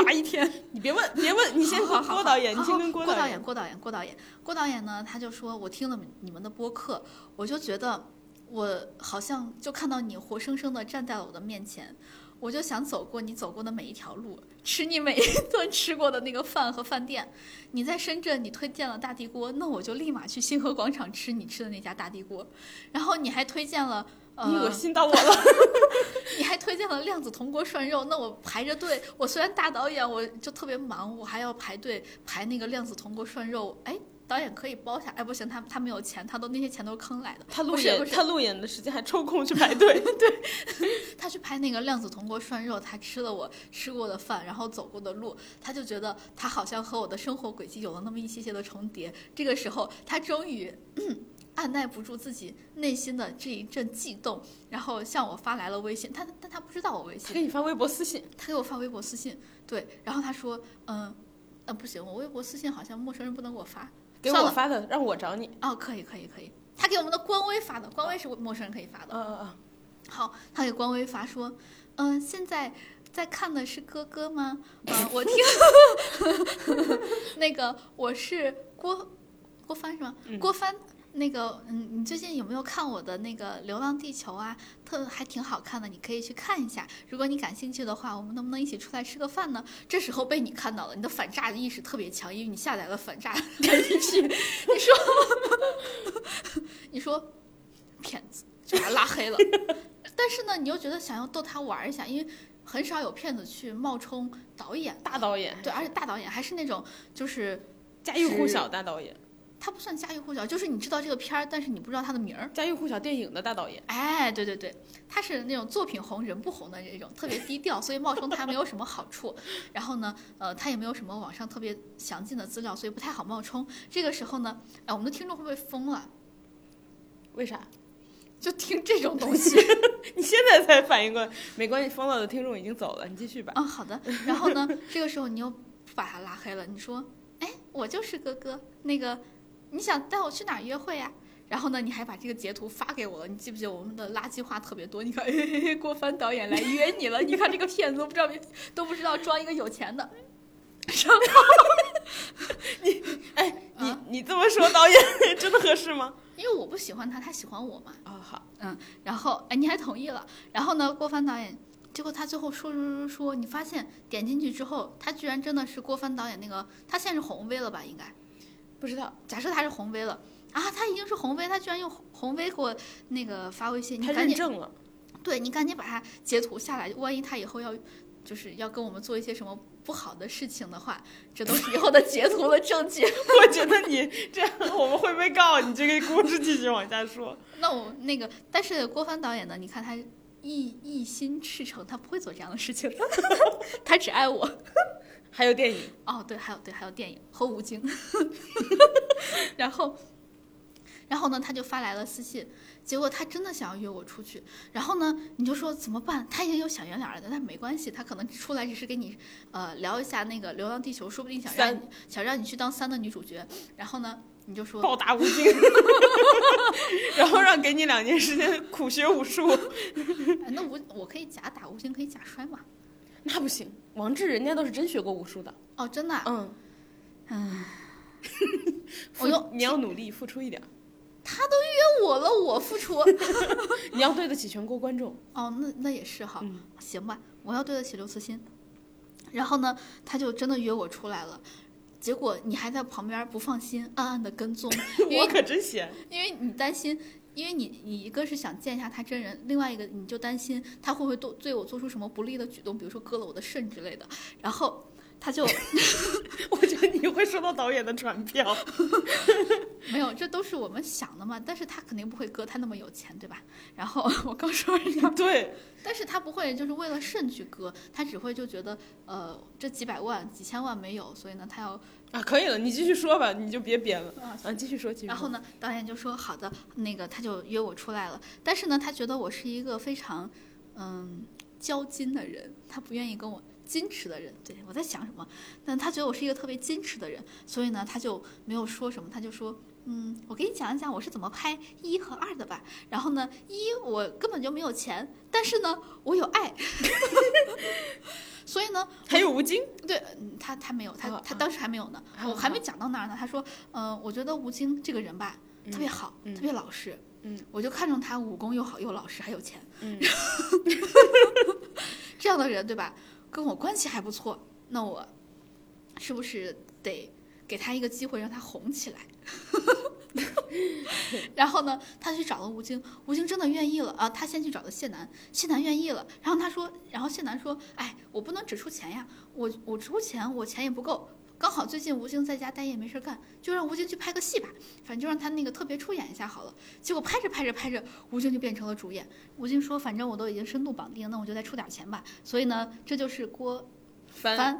B: 打一天，你别问，别问，你先
C: 好
B: 跟
C: 好
B: 郭
C: 好
B: 导演，
C: 好
B: 你先
C: 好
B: 跟
C: 郭
B: 导
C: 演，。郭导演，郭导演，郭导演呢，他就说我听了你们的播客，我就觉得我好像就看到你活生生的站在了我的面前。我就想走过你走过的每一条路，吃你每一顿吃过的那个饭和饭店。你在深圳，你推荐了大地锅，那我就立马去星河广场吃你吃的那家大地锅。然后你还推荐了，呃，
B: 你恶心到我 了，
C: 你还推荐了量子铜锅涮肉， 那我排着队，我虽然大导演，我就特别忙，我还要排队排那个量子铜锅涮肉，哎。导演可以包下，哎，不行，他他没有钱，他都那些钱都是坑来的。
B: 他
C: 不
B: 路
C: 是
B: 演
C: 不是，
B: 他路演的时间还抽空去排 队，
C: 他去拍那个量子铜锅涮肉，他吃了我吃过的饭，然后走过的路，他就觉得他好像和我的生活轨迹有了那么一些些的重叠。这个时候，他终于 按耐不住自己内心的这一阵悸动，然后向我发来了微信。他但他不知道我微信
B: 他，给你发微博私信，
C: 他给我发微博私信，对，然后他说，嗯、呃，不行，我微博私信好像陌生人不能给我发。
B: 给
C: 算
B: 我
C: 了
B: 发的，让我找你。
C: 哦，可以，可以，可以。他给我们的官微发的，官微是陌生人可以发的。
B: 嗯嗯嗯，
C: 好，他给官微发说，嗯、现在在看的是哥哥吗？啊、我听那个我是郭郭帆是吗？
B: 嗯
C: 郭帆。那个，嗯，你最近有没有看我的那个《流浪地球》啊？特还挺好看的，你可以去看一下。如果你感兴趣的话，我们能不能一起出来吃个饭呢？这时候被你看到了，你的反诈的意识特别强，因为你下载了反诈 APP。你 说， 你说， 骗子，就把他拉黑了。但是呢，你又觉得想要逗他玩一下，因为很少有骗子去冒充导演，
B: 大导演，
C: 对，而且大导演还是那种就是
B: 家喻户
C: 是
B: 晓大导演，
C: 他不算家喻户晓，就是你知道这个片儿，但是你不知道他的名儿。
B: 家喻户晓电影的大导演。
C: 哎，对对对，他是那种作品红人不红的这种，特别低调，所以冒充他没有什么好处。然后呢，呃，他也没有什么网上特别详尽的资料，所以不太好冒充。这个时候呢，哎、我们的听众会不会疯了？
B: 为啥？
C: 就听这种东西，
B: 你现在才反应过来？没关系，疯了的听众已经走了，你继续吧。
C: 嗯，好的。然后呢，这个时候你又把他拉黑了，你说，哎，我就是哥哥，那个你想带我去哪儿约会呀、然后呢，你还把这个截图发给我了，你记不记得我们的垃圾话特别多？你看，嘿嘿嘿郭帆导演来约你了，你看这个骗子都不知道都不知道装一个有钱的，然后
B: 哎，你
C: 啊
B: 你这么说，导演 真的合适吗？
C: 因为我不喜欢他，他喜欢我嘛，
B: 啊，好，
C: 然后哎，你还同意了。然后呢，郭帆导演，结果他最后说说说说，你发现点进去之后，他居然真的是郭帆导演那个，他现在是红 V 了吧？应该
B: 不知道，
C: 假设他是红 V 了啊，他已经是红 V，他居然用红红 V 给我那个发微信，你
B: 他
C: 赶
B: 认
C: 紧
B: 证了，
C: 对你赶紧把它截图下来，万一他以后要就是要跟我们做一些什么不好的事情的话，这都是以后的截图的证 据。
B: 我觉得你这样我们会被告。你这个故事继续往下说。
C: 那我那个，但是郭帆导演呢？你看他一一心赤诚，他不会做这样的事情， 他只爱我。
B: 还有电影，
C: 哦，对，还有对，还有电影和吴京， 然后，然后呢，他就发来了私信，结果他真的想要约我出去，然后呢，你就说怎么办？他已经有小圆脸了，但没关系，他可能出来只是跟你呃聊一下那个《流浪地球》，说不定想让
B: 三
C: 你想让你去当三的女主角，然后呢，你就 说
B: 暴打吴京，然后让给你两年时间苦学武术。
C: 哎那吴我可以假打，吴京可以假摔嘛？
B: 那不行，王志人家都是真学过武术的。
C: 哦，真的啊、
B: 嗯，
C: 我用
B: 你要努力付出一点，
C: 约我了，我付出。
B: 你要对得起全国观 众。
C: 哦，那那也是哈，
B: 嗯
C: 行吧，我要对得起刘慈欣。然后呢，他就真的约我出来了，结果你还在旁边不放心，暗暗的跟踪， 因
B: 我
C: 为
B: 可真闲，
C: 因为你担心，因为你你一个是想见一下他真人，另外一个你就担心他会不会对对我做出什么不利的举动，比如说割了我的肾之类的。然后他就
B: 我觉得你会收到导演的传票。
C: 没有，这都是我们想的嘛，但是他肯定不会割，他那么有钱，对吧？然后我刚说完这
B: 对，
C: 但是他不会就是为了肾去割，他只会就觉得，呃，这几百万、几千万没有，所以呢，他要，
B: 啊，可以了，你继续说吧，你就别编了。
C: 啊
B: 啊，继续说，继续说。
C: 然后呢，导演就说好的，那个他就约我出来了。但是呢，他觉得我是一个非常，嗯交金的人，他不愿意跟我矜持的人。对我在想什么？但他觉得我是一个特别矜持的人，所以呢，他就没有说什么，他就说。嗯，我给你讲一讲我是怎么拍一和二的吧。然后呢，一我根本就没有钱，但是呢，我有爱，所以呢，
B: 还有吴京，
C: 对，嗯他他没有，他
B: 哦
C: 他
B: 哦
C: 当时还没有呢，
B: 哦
C: 我还没讲到那儿呢。他说，嗯、我觉得吴京这个人吧，特别好，
B: 嗯
C: 特别老实，
B: 嗯，
C: 我就看中他武功又好又老实，还有钱，
B: 嗯，
C: 这样的人对吧？跟我关系还不错，那我是不是得给他一个机会让他红起来？ 然后呢，他去找了吴京，吴京真的愿意了啊，他先去找的谢楠，谢楠愿意了，然后他说，然后谢楠说，哎，我不能只出钱呀，我我出钱，我钱也不够。刚好最近吴京在家待业没事儿干，就让吴京去拍个戏吧，反正就让他那个特别出演一下好了。结果拍着拍着拍着，吴京就变成了主演。吴京说：“反正我都已经深度绑定，那我就再出点钱吧。”所以呢，这就是郭
B: 翻，
C: 帆，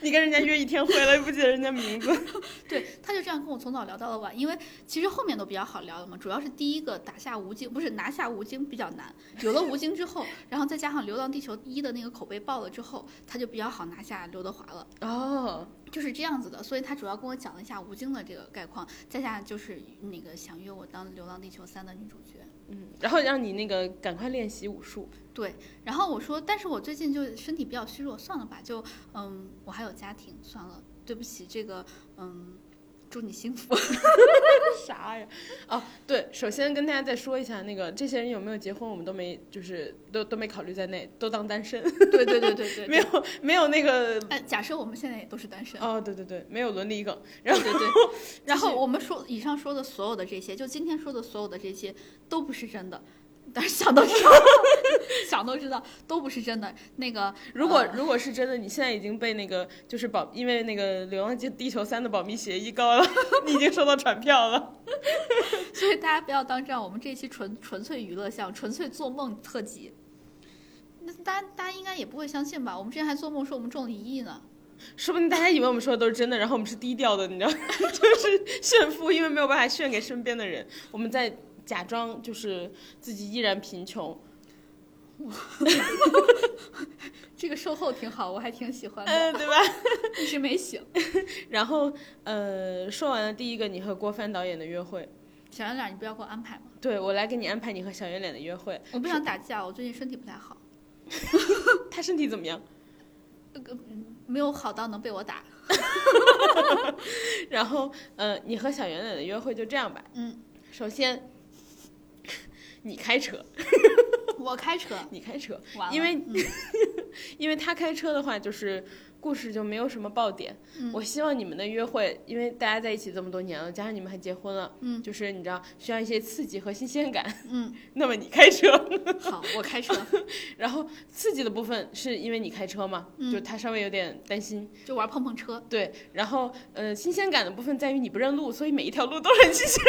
B: 你跟人家约一天会了，又不记得人家名字。
C: 对，他就这样跟我从早聊到了晚，因为其实后面都比较好聊的嘛，主要是第一个打下吴京，不是拿下吴京比较难，有了吴京之后，然后再加上《流浪地球一》的那个口碑爆了之后，他就比较好拿下刘德华了，
B: 哦，
C: 就是这样子的。所以他主要跟我讲了一下吴京的这个概况，再加上就是那个想约我当《流浪地球三》的女主角。
B: 嗯，然后让你那个赶快练习武术。
C: 对，然后我说，但是我最近就身体比较虚弱，算了吧，就嗯，我还有家庭，算了，对不起，这个嗯，祝你幸福。
B: 啥呀？哦，对，首先跟大家再说一下，那个这些人有没有结婚，我们都没，就是都都没考虑在内，都当单身，
C: 对对对对对
B: 没。有没有那个，
C: 哎，假设我们现在也都是单身，
B: 哦，对对对，没有伦理梗。
C: 对对对。然后我们说以上说的所有的这些，就今天说的所有的这些都不是真的，但是想都知道， 想都知道都不是真的。那个
B: 如果、
C: 呃
B: 如果是真的，你现在已经被那个就是保，因为那个《流浪地球三》的保密协议告了， 你已经收到传票了。
C: 所以大家不要当真，我们这一期纯纯粹娱乐项，纯粹做梦特辑。那大家大家应该也不会相信吧？我们之前还做梦说我们中了一亿呢。
B: 说不定大家以为我们说的都是真的，然后我们是低调的，你知道， 就是炫富，因为没有办法炫给身边的人，我们在假装就是自己依然贫穷。
C: 这个售后挺好，我还挺喜欢的，
B: 嗯，对吧？
C: 一直没醒。
B: 然后呃，说完了第一个你和郭帆导演的约会，
C: 小圆脸，你不要给我安排嘛，
B: 对我来给你安排你和小圆脸的约会。
C: 我不想打架，我最近身体不太好，
B: 他身体怎么样？
C: 没有好到能被我打。
B: 然后呃，你和小圆脸的约会就这样吧。
C: 嗯，
B: 首先你开车，
C: 我开车，
B: 你开车，
C: 完了，
B: 因为
C: 嗯
B: 因为他开车的话就是。故事就没有什么爆点，
C: 嗯
B: 我希望你们的约会，因为大家在一起这么多年了，加上你们还结婚了，
C: 嗯
B: 就是你知道需要一些刺激和新鲜感。
C: 嗯，
B: 那么你开车，
C: 好，我开车，
B: 然后刺激的部分是因为你开车嘛，
C: 嗯
B: 就他稍微有点担心。
C: 就玩碰碰车。
B: 对，然后呃，新鲜感的部分在于你不认路，所以每一条路都很新鲜，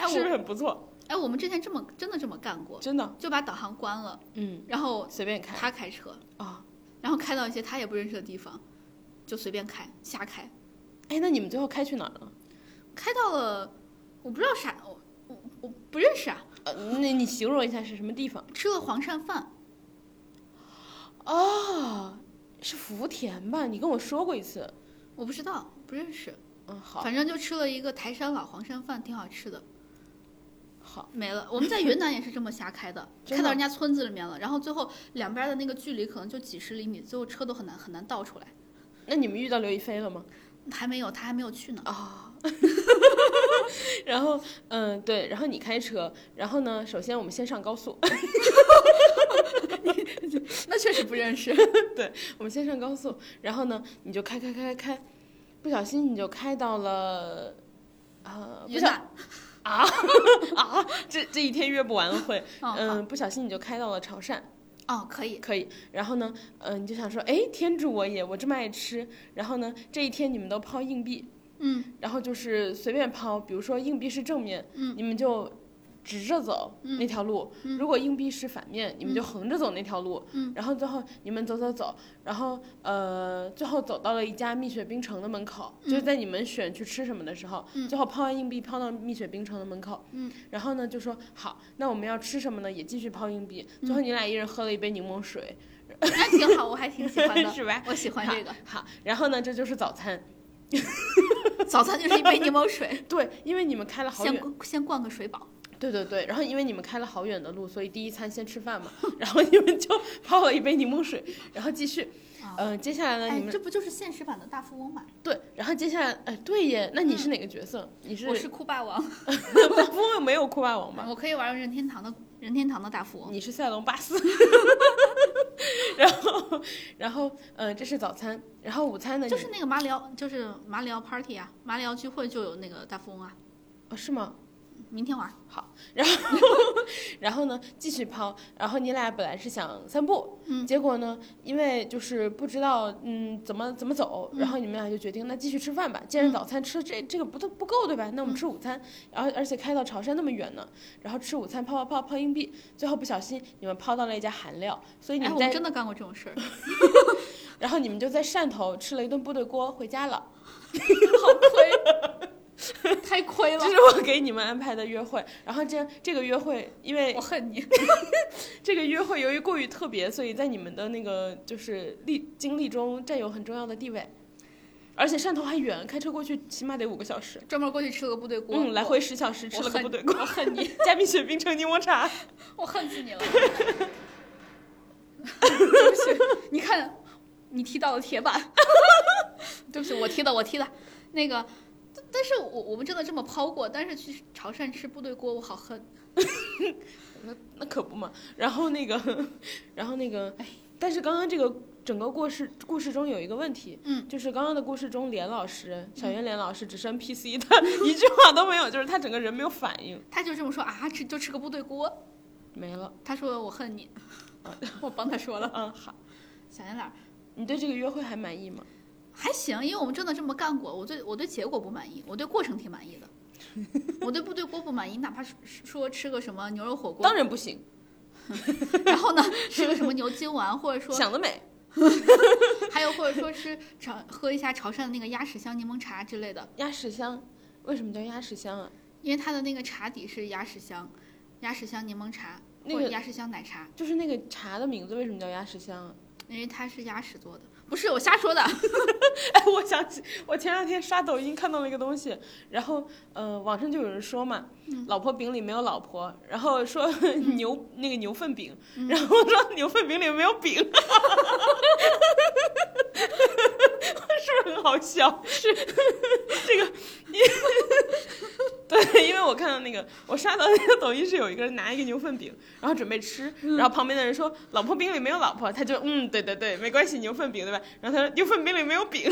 C: 哎，
B: 是不是
C: 我
B: 很不错？
C: 哎，我们之前这么真的这么干过，
B: 真的，
C: 就把导航关了，
B: 嗯，
C: 然后
B: 随便开
C: 他开车，
B: 啊。
C: 然后开到一些他也不认识的地方，就随便开，瞎开，
B: 哎，那你们最后开去哪儿了？
C: 开到了我不知道啥，我我我不认识啊，
B: 呃，那你形容一下是什么地方？
C: 吃了黄鳝饭，
B: 哦，是福田吧？你跟我说过一次。
C: 我不知道，不认识，
B: 嗯，好，
C: 反正就吃了一个台山老黄鳝饭，挺好吃的，
B: 好，，
C: 没了。我们在云南也是这么瞎开的
B: 真的
C: 开到人家村子里面了，然后最后两边的那个距离可能就几十厘米，最后车都很难很难倒出来。
B: 那你们遇到刘亦菲了吗？
C: 还没有，他还没有去呢。
B: 啊、 然后，嗯、对，然后你开车，然后呢，首先我们先上高速，
C: 那确实不认识。
B: 我们先上高速，然后呢，你就开开开开开，不小心你就开到 了，呃，不
C: 云
B: 小
C: 南，
B: 啊，这这一天约不完了会，嗯、
C: 哦，
B: 不小心你就开到了潮汕，
C: 好哦，可以，
B: 可以。然后呢，嗯、你就想说，哎，天助我也，我这么爱吃。然后呢，这一天你们都抛硬币，
C: 嗯
B: 然后就是随便抛，比如说硬币是正面，
C: 嗯
B: 你们就直着走那条路，如果硬币是反
C: 嗯
B: 面，你们就横着走那条路，然后最后你们走走走，然后呃，最后走到了一家蜜雪冰城的门口，
C: 嗯
B: 就是在你们选去吃什么的时候，最后抛完硬币抛到蜜雪冰城的门口，然后呢就说好，那我们要吃什么呢？也继续抛硬币，
C: 嗯
B: 最后你俩一人喝了一杯柠檬水，
C: 那挺好，我还挺喜欢 的，
B: 是吧？
C: 我喜欢这个。
B: 好，然后呢这就是早餐，
C: 早餐就是一杯柠檬水，
B: 对，因为你们开了好
C: 先
B: 远。
C: 灌先灌个水饱。
B: 对对对，然后因为你们开了好远的路，所以第一餐先吃饭嘛， 然后你们就泡了一杯柠檬 水，然后继续，
C: 啊
B: 嗯、接下来呢，
C: 哎
B: 你，们
C: 这不就是现实版的大富翁吗？
B: 对，然后接下来，哎，对耶，那你是哪个角色？你是
C: 嗯
B: 嗯
C: 我是酷霸王，
B: 不会没有酷霸王吧？
C: 我可以玩任天堂的任天堂的大富翁。
B: 你是赛龙巴斯， 然后然后嗯、呃这是早餐，然后午餐呢？
C: 就
B: 你
C: 是那个马里奥，就是马里奥 party 啊，马里奥聚会就有那个大富翁啊，
B: 哦是吗？
C: 明天玩。
B: 然后呢，继续抛。然后你俩本来是想散步，
C: 嗯
B: 结果呢，因为就是不知道嗯怎么怎么走，然后你们俩就决定那继续吃饭吧。
C: 嗯
B: 既然早餐吃这这个不都不够对吧？那我们吃午餐，然后而且开到潮汕那么远呢，然后吃午餐抛抛抛抛硬币，最后不小心你们抛到了一家韩料，所以你
C: 哎，
B: 们
C: 我
B: 在、
C: 们真的干过这种事儿，
B: 然后你们就在汕头吃了一顿部队锅回家了。
C: 好亏，太 亏了
B: 这。是我给你们安排的约会。然后这这个约会因为
C: 我恨你，
B: 这个约会由于过于特别，所以在你们的那个就是历经历中占有很重要的地位。而且汕头还远，开车过去起码得五个小时，
C: 专门过去吃了个部队锅，
B: 嗯，来回十小时，吃了个部队锅，
C: 我恨你，
B: 加冰雪冰城柠檬茶。
C: 我恨死你了。 对不起，你看，你踢到了铁板。 对不起，我踢的，我踢的。那个，但但是我我们真的这么抛过，但是去潮汕吃部队锅，我好恨。
B: 那可不嘛。然后那个， 然后那个，哎但是刚刚这个整个故事故事中有一个问题，
C: 嗯，
B: 就是刚刚的故事中，连老师小袁连老师只是 NPC，他 一句话都没有，就是他整个人没有反应，
C: 他就这么说啊，吃就吃个部队锅。
B: 没了。
C: 他说我恨你， 我帮他说了。
B: 嗯，好，
C: 小圆脸儿
B: 你对这个约会还满意吗？
C: 还行，因为我们真的这么干过。我对我对结果不满意，我对过程挺满意的。我对部队锅不满意，哪怕是说吃个什么牛肉火锅
B: 当，然不行，
C: 然后呢吃个什么牛筋丸，或者说
B: 想得美。
C: 还有或者说是潮喝一下潮汕的那个鸭屎香柠檬茶之类的，
B: 鸭屎香，为什么叫鸭屎香啊？
C: 因为它的那个茶底是鸭屎香，鸭屎香柠檬茶
B: 那
C: 或者
B: 个
C: 鸭屎香奶茶，
B: 就是那个茶的名字为什么叫鸭屎香啊？
C: 因为它是鸭屎做的，不是我瞎说的。
B: 哎，我想起我前两天刷抖音看到了一个东西，然后呃，网上就有人说嘛，老婆饼里没有老婆，然后说 牛、那个牛粪饼，然后说牛粪饼里没有饼， 是不是很好笑？是 这个， 对，因为我看到那个我刷到那个抖音是有一个人拿一个牛粪饼，然后准备吃，然后旁边的人说老婆饼里没有老婆，他就嗯对对对，没关系牛粪饼对吧？然后他说牛粪饼里没有饼。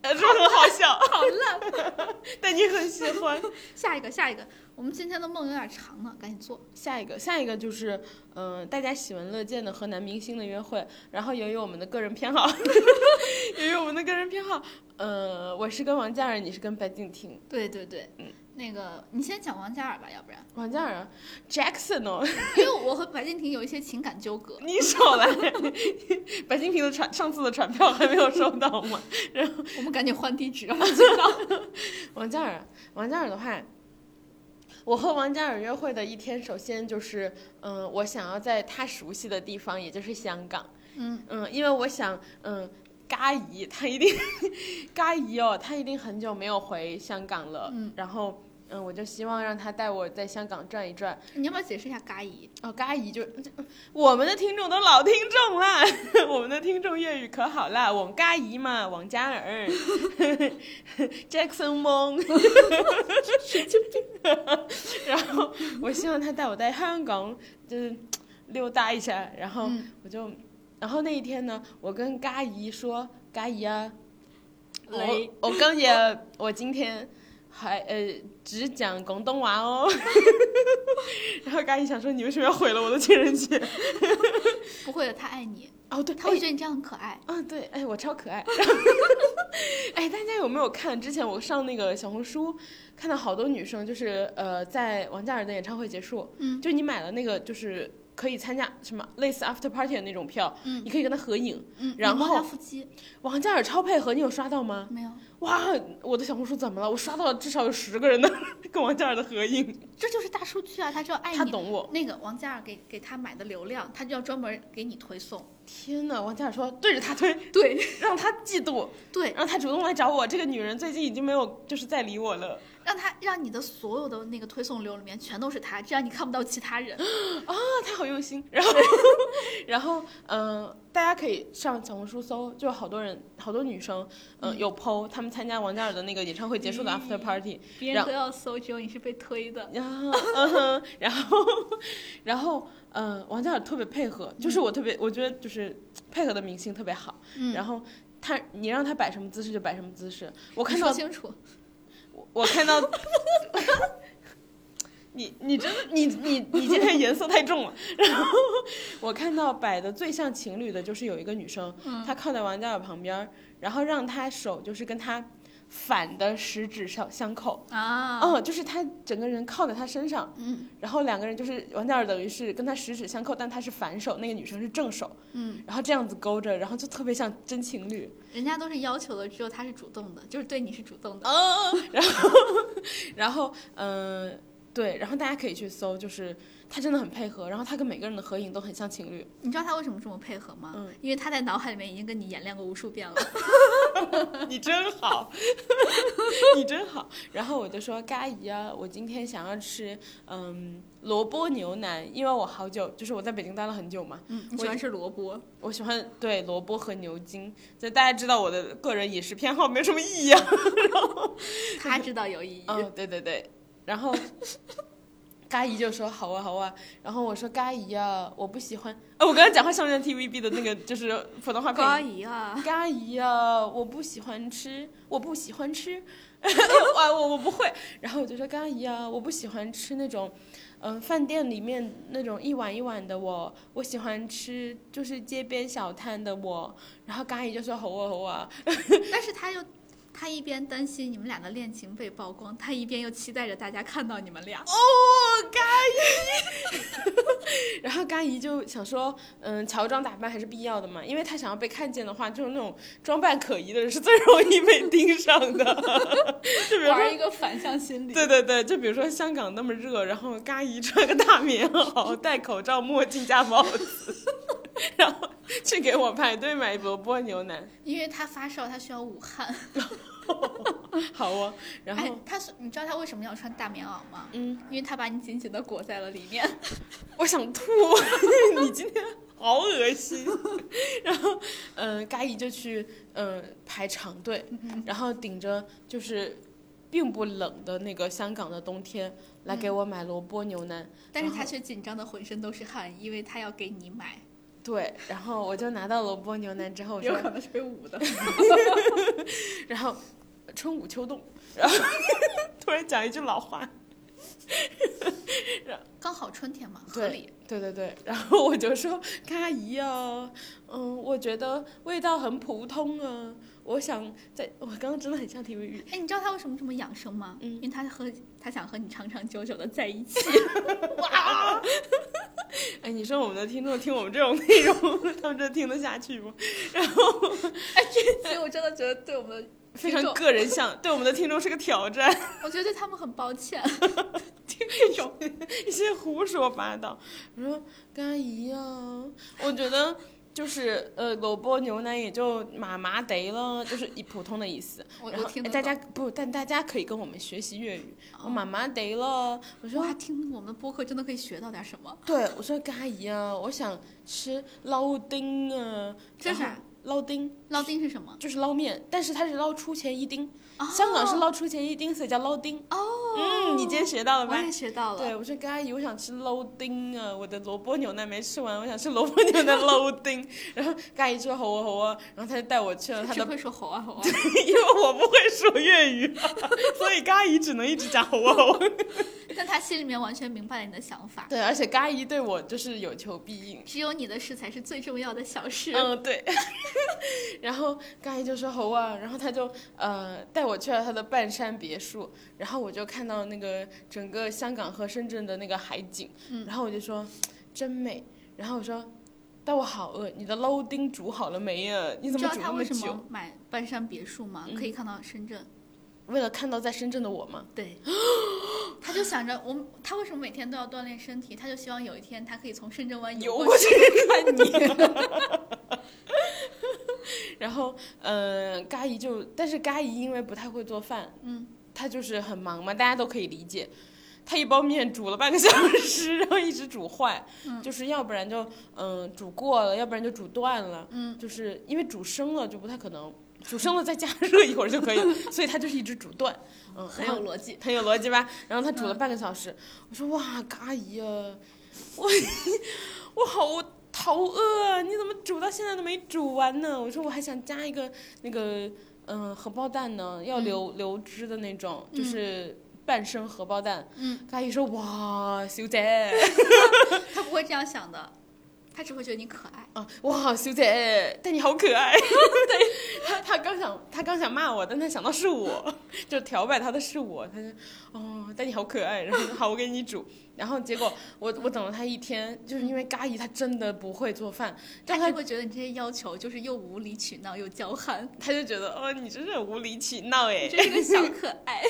B: 呃，是不是很 好笑？
C: 好烂，
B: 但你很喜欢。
C: 下一个下一个，我们今天的梦有点长了，赶紧做。
B: 下一个，下一个就是，嗯、大家喜闻乐见的和男明星的约会。然后由于我们的个人偏好， 由于我们的个人偏好，呃，我是跟王嘉尔，你是跟白敬亭。
C: 对对对，
B: 嗯
C: 那个你先讲王嘉尔吧，要不然，
B: 王嘉尔啊，Jackson 哦，
C: 因为我和白敬亭有一些情感纠葛。
B: 你少来！ 白敬亭的传上次的传票还没有收到吗？
C: 我们赶紧换地址，
B: 王嘉尔，王嘉尔的话，我和王嘉尔约会的一天，首先就是，嗯、我想要在他熟悉的地方，也就是香港。
C: 嗯
B: 嗯，因为我想，嗯，嘎姨她一定， 嘎姨哦，她一定很久没有回香港了。
C: 嗯，
B: 然后，嗯，我就希望让她带我在香港转一转。
C: 你要不要解释一下嘎姨？
B: 哦，嘎姨就，我们的听众都老听众啦， 我们的听众粤语可好啦，我们嘎姨嘛，王嘉尔 ，Jackson 蒙，然后我希望她带我在香港就是溜达一下，然后。
C: 嗯，
B: 我就，然后那一天呢，我跟嘎姨说，嘎姨啊，我
C: 累
B: 我今日我今天还呃只讲广东话 哦，然后嘎姨想说你为什么要毁了我的情人节？
C: 不会了，他爱你，
B: 哦，对，
C: 他会觉得你这样很可爱。
B: 啊，对，哎，我超 可爱。哎，大家有没有看？之前我上那个小红书，看到好多女生，就是呃，在王嘉尔的演唱会结束，
C: 嗯
B: 就你买了那个，就是可以参加什么类似 after party 的那种票，
C: 嗯
B: 你可以跟他合影。
C: 嗯，
B: 然
C: 你摸他
B: 后
C: 腹肌
B: 王嘉尔超配合，你有刷到吗？
C: 没有？
B: 哇，我的小红书怎么了？我刷到了至少有十个人的跟王嘉尔的合影，
C: 这就是大数据啊，他就要爱
B: 他
C: 你。
B: 懂我。
C: 那个王嘉尔给给他买的流量，他就要专门给你推送。
B: 天呐，王嘉尔说对着他推，
C: 对
B: 让他嫉妒，
C: 对，
B: 让他主动来找我。这个女人最近已经没有就是再理我了。
C: 让他让你的所有的那个推送流里面全都是他，这样你看不到其 他人。
B: 他好用心。然后， 然后，嗯、大家可以上小红书搜，就好多人，好多女生，嗯、有 PO 他们参加王嘉尔的那个演唱会结束的 after party，、
C: 别
B: 让
C: 人都要搜，只有你是被推的。
B: 然后，嗯哼，然后，然后，嗯、王嘉尔特别配合，就是我特别，我觉得就是配合的明星特别好。
C: 嗯，
B: 然后他，你让他摆什么姿势就摆什么姿势。我
C: 我
B: 看到，
C: 清楚，
B: 我我看到。你你真的你你你今天颜色太重了，然 后我看到摆的最像情侣的就是有一个女生，
C: 嗯
B: 她靠在王嘉尔旁边儿，然后让她手就是跟她反的食指相相扣，
C: 啊，
B: 嗯，就是她整个人靠在她身上，
C: 嗯
B: 然后两个人就是王嘉尔等于是跟她食指相扣，但她是反手，那个女生是正手，
C: 嗯，
B: 然后这样子勾着，然后就特别像真情侣。
C: 人家都是要求的，只有他是主动的，就是对你是主动的。
B: 哦，然后，然后，嗯、对，然后大家可以去搜，就是他真的很配合，然后他跟每个人的合影都很像情侣。
C: 你知道他为什么这么配合吗？
B: 嗯
C: 因为他在脑海里面已经跟你演练过无数 遍了。
B: 你真好， 你真好。然后我就说，嘎姨啊，我今天想要吃，嗯，萝卜牛腩，因为我好久就是我在北京待了很久嘛，
C: 嗯，你
B: 我
C: 喜欢吃萝卜？
B: 我喜欢对萝卜和牛筋，就大家知道我的个人饮食偏好没什么意义啊。
C: 他知道有意义。
B: 嗯，对对 对，然后嘎姨就说好啊好啊，然后我说嘎姨啊，我不喜欢，呃、我刚才讲话像不像 TVB 的那个就是普通话配
C: 高
B: 音？
C: 姨 啊，
B: 嘎姨啊，我不喜欢吃，我不喜欢吃， 哇，我我不会。然后我就说嘎姨啊，我不喜欢吃那种，嗯、饭店里面那种一碗一碗的我，我喜欢吃就是街边小摊的我。然后嘎姨就说好啊好啊，
C: 但是他又。他一边担心你们俩的恋情被曝光，他一边又期待着大家看到你们俩。
B: 哦，嘎 姨。然后嘎姨就想说，嗯，乔装打扮还是必要的嘛，因为她想要被看见的话，就是那种装扮可疑的人是最容易被盯上的。 就比如
C: 玩
B: 说，
C: 一个反向心理。
B: 对对对，就比如说香港那么热，然后嘎姨穿个大棉袄，戴口罩、墨镜加帽子， 然后去给我排队买萝卜牛腩，
C: 因为他发烧，他需要捂汗。
B: 好哦。然后，
C: 哎，他是你知道他为什么要穿大棉袄吗？
B: 嗯，
C: 因为他把你紧紧的裹在了里面。
B: 我想吐，你今天好恶心。然后，嗯、嘎姨就去嗯、呃排长队，然后顶着就是并不冷的那个香港的冬天来给我买萝卜牛腩。
C: 但是他却紧张的浑身都是汗，因为他要给你买，
B: 对，然后我就拿到萝卜牛腩之后，我说，
C: 能是被捂的。
B: 然后春捂秋冻，然后突然讲一句老话，
C: 刚好春天嘛，合
B: 对
C: 理。
B: 对对对，然后我就说：“阿姨啊，嗯，我觉得味道很普通啊，我想在……我刚刚真的很像 TVB，
C: 哎，你知道他为什么这么养生吗？
B: 嗯
C: 因为他和他想和你长长久久的在 一起。
B: 哎，你说我们的听众听我们这种内容，他们这听得下去吗？
C: 所以我真的觉得对我们的
B: 非
C: 听
B: 常
C: 众
B: 个人 向，对我们的听众是个挑战，
C: 我觉得对他们很抱歉。
B: 一些胡说八道。我说：“阿姨啊，我觉得。”就是呃，萝卜牛腩也就麻麻得了，就是以普通的意思。
C: 我
B: 然
C: 我
B: 后
C: 听
B: 哎
C: 得
B: 大
C: 懂
B: 家不，但大家可以跟我们学习粤语。我
C: 哦
B: 妈妈得了，我说
C: 哇，听我们的播客真的可以学到点什么。
B: 对，我说阿姨啊，我想吃捞丁啊，
C: 这
B: 然后
C: 啥？
B: 捞丁，
C: 捞丁是什么？
B: 就是捞面，但是它是捞出前一丁，
C: 哦
B: 香港是捞出前一丁，所以叫捞丁。
C: 哦，
B: 嗯，你今天学到了
C: 我
B: 吧？
C: 也学到了。
B: 对，我说跟阿姨，我想吃捞丁啊，我的萝卜牛奶没吃完，我想吃萝卜牛奶捞丁。然后跟阿姨说好啊好啊，然后她就带我去了她
C: 只
B: 的，
C: 会说吼 啊吼啊。
B: 因为我不会说粤语，啊所以跟阿姨只能一直讲好啊好 啊。
C: 但他心里面完全明白了你的想法，
B: 对，而且跟阿姨对我就是有求必应。
C: 只有你的事才是最重要的小事。
B: 嗯，对。 然后刚才就说猴啊，然后他就呃带我去了他的半山别墅，然后我就看到那个整个香港和深圳的那个海景，
C: 嗯
B: 然后我就说真美，然后我说。但我好饿，你的捞丁煮好了没呀？你怎
C: 知
B: 么
C: 道
B: 煮
C: 他
B: 那么
C: 为什
B: 久？嗯
C: 么买半山别墅吗？可以看到深圳。
B: 为了看到在深圳的我吗？
C: 对，他就想着我，他为什么每天都要锻炼身体？他就希望有一天他可以从深圳湾游
B: 游
C: 过
B: 过
C: 去。
B: 去看你。 然后，呃，嘎姨就，但是嘎姨因为不太会做饭，
C: 嗯，
B: 她就是很忙嘛，大家都可以理解。她一包面煮了半个小 时，然后一直煮坏，
C: 嗯
B: 就是要不然就嗯、呃煮过了，要不然就煮断了，
C: 嗯，
B: 就是因为煮生了就不太可能，煮生了再加热一会儿就可以了，所以她就是一直煮断， 嗯，
C: 很
B: 然后
C: 有逻辑。
B: 很有逻辑吧？然后他煮了半个小时，我说哇，嘎姨啊，我我好头饿啊，你怎么煮到现在都没煮完呢？我说我还想加一个那个嗯、呃荷包蛋呢，要流、流汁的那种，就是半生荷包蛋。
C: 嗯，
B: 嘎姨说哇，小姐
C: 他不会这样想的，他只会觉得你可爱。
B: 啊，哇，小姐，但你好可爱。 对，他他刚想他刚想骂我，但他想到是我， 就调摆他的是我，他就哦，但你好可爱。然后说好，我给你煮。然后结果我我等了他一天，就是因为嘎姨她真的不会做饭，
C: 他
B: 但
C: 只
B: 她
C: 会觉得你这些要求就是又无理取闹又 娇憨，
B: 她就觉得哦，你真是很无理取闹哎
C: 你。真是个小可爱。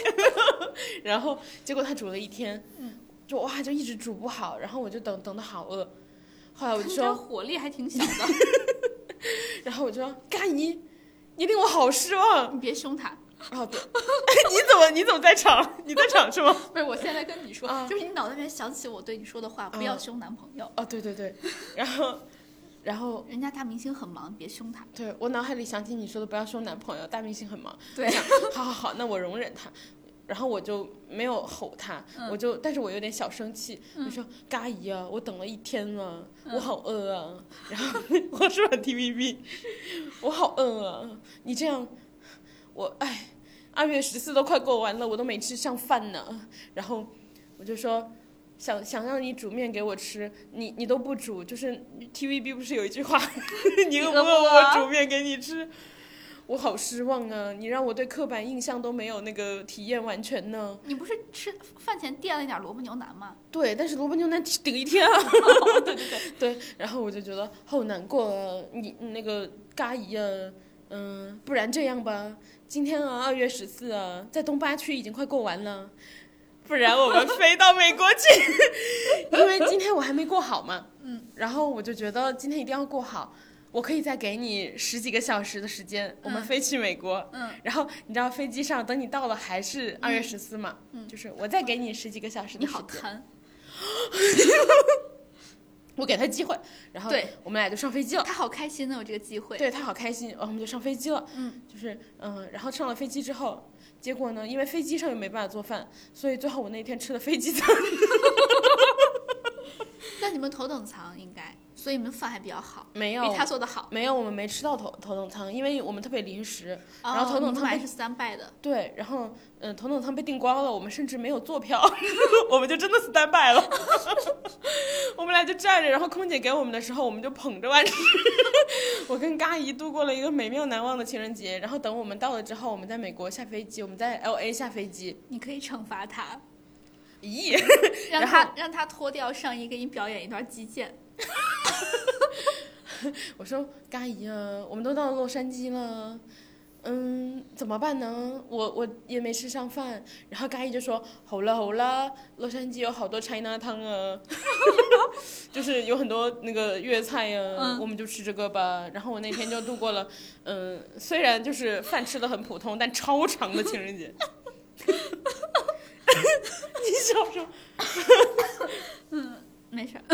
B: 然后结果她煮了一天，
C: 嗯，
B: 就哇就一直煮不好，然后我就等等的好饿。后来
C: 他
B: 我
C: 们
B: 就
C: 家
B: 说，
C: 火力还挺小的。
B: 然后我就说嘎姨，你令我好失望。
C: 你别凶他，
B: 哦，对， 你怎么你怎么在场？你在场是吗？
C: 不是，我现在跟你说，
B: 啊
C: 就是你脑袋里面想起我对你说的话，不要
B: 嗯
C: 凶男朋友。
B: 哦，对对对，然后，然后，
C: 人家大明星很忙，别凶他。
B: 对我脑海里想起你说的，不要说男朋友，大明星很忙。
C: 对，
B: 好好好，那我容忍他。然后我就没有吼他，
C: 嗯
B: 我就，但是我有点小生气，我
C: 嗯
B: 说：“嘎姨啊，我等了一天了，我
C: 嗯
B: 好饿啊。”然后 我是玩 TVB，我好饿啊！你这样，我哎，二月十四都快过完了，我都没吃上饭呢。然后我就说。想想让你煮面给我吃，你你都不煮，就是 TVB 不是有一句话， 你饿
C: 饿
B: 不
C: 不
B: 饿
C: 饿
B: 我煮面给你吃？我好失望啊！你让我对刻板印象都没有那个体验完全呢。
C: 你不是吃饭前垫了一点萝卜牛腩吗？
B: 对，但是萝卜牛奶顶一天啊。
C: 对对对，
B: 对，然后我就觉得好难过啊！你你那个嘎姨啊，嗯、不然这样吧，今天啊，二月十四啊，在东八区已经快过完了，不然我们飞到美国去， 因为今天我还没过好嘛。
C: 嗯，
B: 然后我就觉得今天一定要过好，我可以再给你十几个小时的时间，我们
C: 嗯
B: 飞去美国。
C: 嗯，
B: 然后你知道飞机上等你到了还是二月十四嘛？
C: 嗯
B: 就是我再给你十几个小时
C: 你
B: 的时
C: 好
B: 间，
C: 贪，
B: 我给他机会，然后
C: 对
B: 我们俩就上飞机了。
C: 他好开心呢，有这个机会。
B: 对他好开心，然后哦我们就上飞机了。
C: 嗯，
B: 就是嗯、然后上了飞机之后，结果呢，因为飞机上又没办法做饭，所以最后我那天吃了飞机餐。
C: 那你们头等舱应该，所以你们饭还比较好，
B: 没有
C: 比，他做的好。
B: 没有，我们没吃到头头等舱，因为我们特别临时。然后头
C: 哦
B: 等
C: 你们
B: 舱
C: 买
B: 被
C: 的是三拜的，
B: 对，然后嗯、呃头等舱被订光了，我们甚至没有坐票， 我们就真的 stand by 了。 我们俩就站着，然后空姐给我们的时候，我们就捧着碗吃。 我跟嘎姨度过了一个美妙难忘的情人节。然后等我们到了之后，我们在美国下飞机，我们在 L A 下飞机。
C: 你可以惩 罚他，
B: 咦，
C: 让
B: 然
C: 他让他脱掉上衣给你表演一段击剑。
B: 我说嘎姨啊，我们都到洛杉矶了，嗯，怎么办呢？我我也没吃上饭。然后嘎姨就说好了好了，洛杉矶有好多 China 汤啊， 就是有很多那个粤菜啊，
C: 嗯
B: 我们就吃这个吧。然后我那天就度过了，嗯，虽然就是饭吃的很普通，但超长的情人节。 你笑什么？
C: 没 事儿，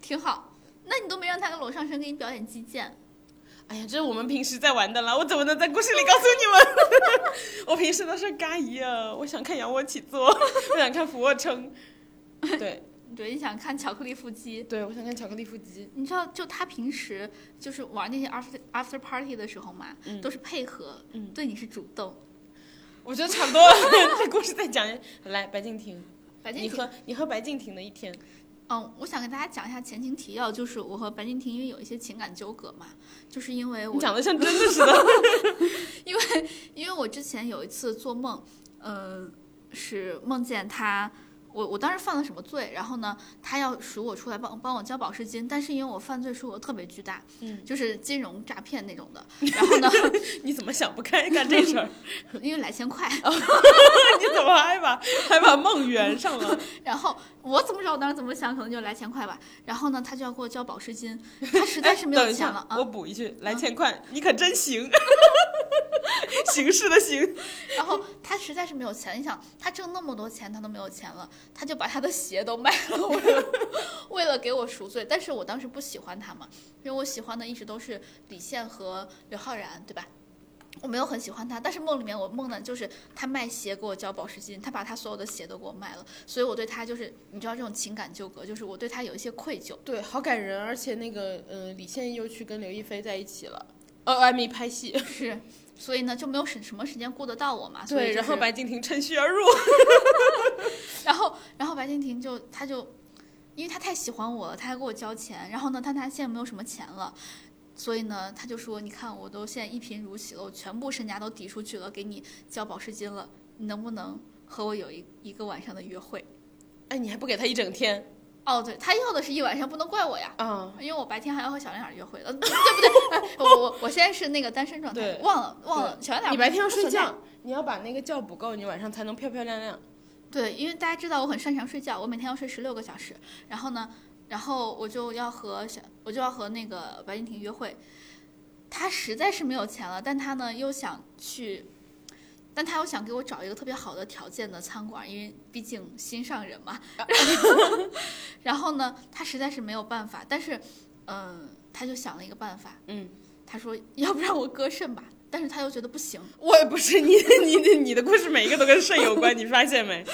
C: 挺好。那你都没让他裸上身给你表演击剑，
B: 哎呀，这是我们平时在玩的啦，我怎么能在故事里告诉你们？ 我平时都是嘎姨啊，我想看仰卧起坐， 我想看俯卧撑，对
C: 对，你想看巧克力腹肌，
B: 对，我想看巧克力腹肌。
C: 你知道，就他平时就是玩那些 after after party 的时候嘛，
B: 嗯
C: 都是配合，
B: 嗯
C: 对你是主动。
B: 我觉得差不多了，这故事再讲一来白敬亭，
C: 白敬
B: 你
C: 亭
B: 和你和白敬亭的一天，
C: 嗯，我想跟大家讲一下前情提要，就是我和白敬亭因为有一些情感纠葛嘛，就是因为
B: 你
C: 我
B: 讲的像真的似的。
C: 因为因为我之前有一次做梦，呃，是梦见他，我我当时犯了什么罪，然后呢，他要赎我出来帮帮我交保释金，但是因为我犯罪数额特别巨大，
B: 嗯，
C: 就是金融诈骗那种的，然后呢，
B: 你怎么想不开干这事儿？
C: 因为来钱快，
B: 哦你怎么还把还把梦圆上 了？
C: 然后我怎么知道我当时怎么想，可能就来钱快吧，然后呢，他就要给我交保释金，他实在是没
B: 哎等
C: 有
B: 一
C: 钱
B: 下
C: 了啊
B: 我，补一句，来钱快，你可真行， 行事的行。
C: 然后他实在是没有钱，你想他挣那么多钱，他都没有钱了，他就把他的鞋都卖了，为了 为了给我赎罪。但是我当时不喜欢他嘛，因为我喜欢的一直都是李现和刘昊然，对吧？我没有很喜欢他，但是梦里面我梦的就是他卖鞋给我交保释金，他把他所有的鞋都给我卖了，所以我对他就是你知道这种情感纠葛，就是我对他有一些愧疚。
B: 对，好感人，而且那个，呃，李现又去跟刘亦菲在一起了，呃，艾米拍 戏，
C: 是，所以呢就没有什什么时间顾得到我嘛。所以
B: 对，
C: 就
B: 然后
C: 是
B: 白敬亭趁虚而入，
C: 然后，然后白敬亭就他就，因为他太喜欢我了，他还给我交钱。然后呢，但他现在没有什么钱了，所以呢，他就说：“你看，我都现在一贫如洗了，我全部身家都抵出去了，给你交保释金了，你能不能和我有一一个晚上的约会
B: 哎，你还不给他一整天？”
C: 哦，对他要的是一晚上，不能怪我呀。
B: 啊？
C: 因为我白天还要和小亮点约会了，呃对不对？ 哎我我我现在是那个单身状态
B: 对，
C: 忘了忘了，小亮点
B: 你白天要睡
C: 不存在
B: 觉，你要把那个觉补够，你晚上才能漂漂亮亮。
C: 对，因为大家知道我很擅长睡觉，我每天要睡十六个小时。然后呢，然后我就要和小，我就要和那个白敬亭约会。他实在是没有钱了，但他呢又想去，但他又想给我找一个特别好的条件的餐馆，因为毕竟心上人嘛。然后呢，他实在是没有办法，但是，嗯、他就想了一个办法，
B: 嗯，
C: 他说要不让我割肾吧，但是他又觉得不行，
B: 我也不是你，你你你的故事每一个都跟肾有关，你发现没？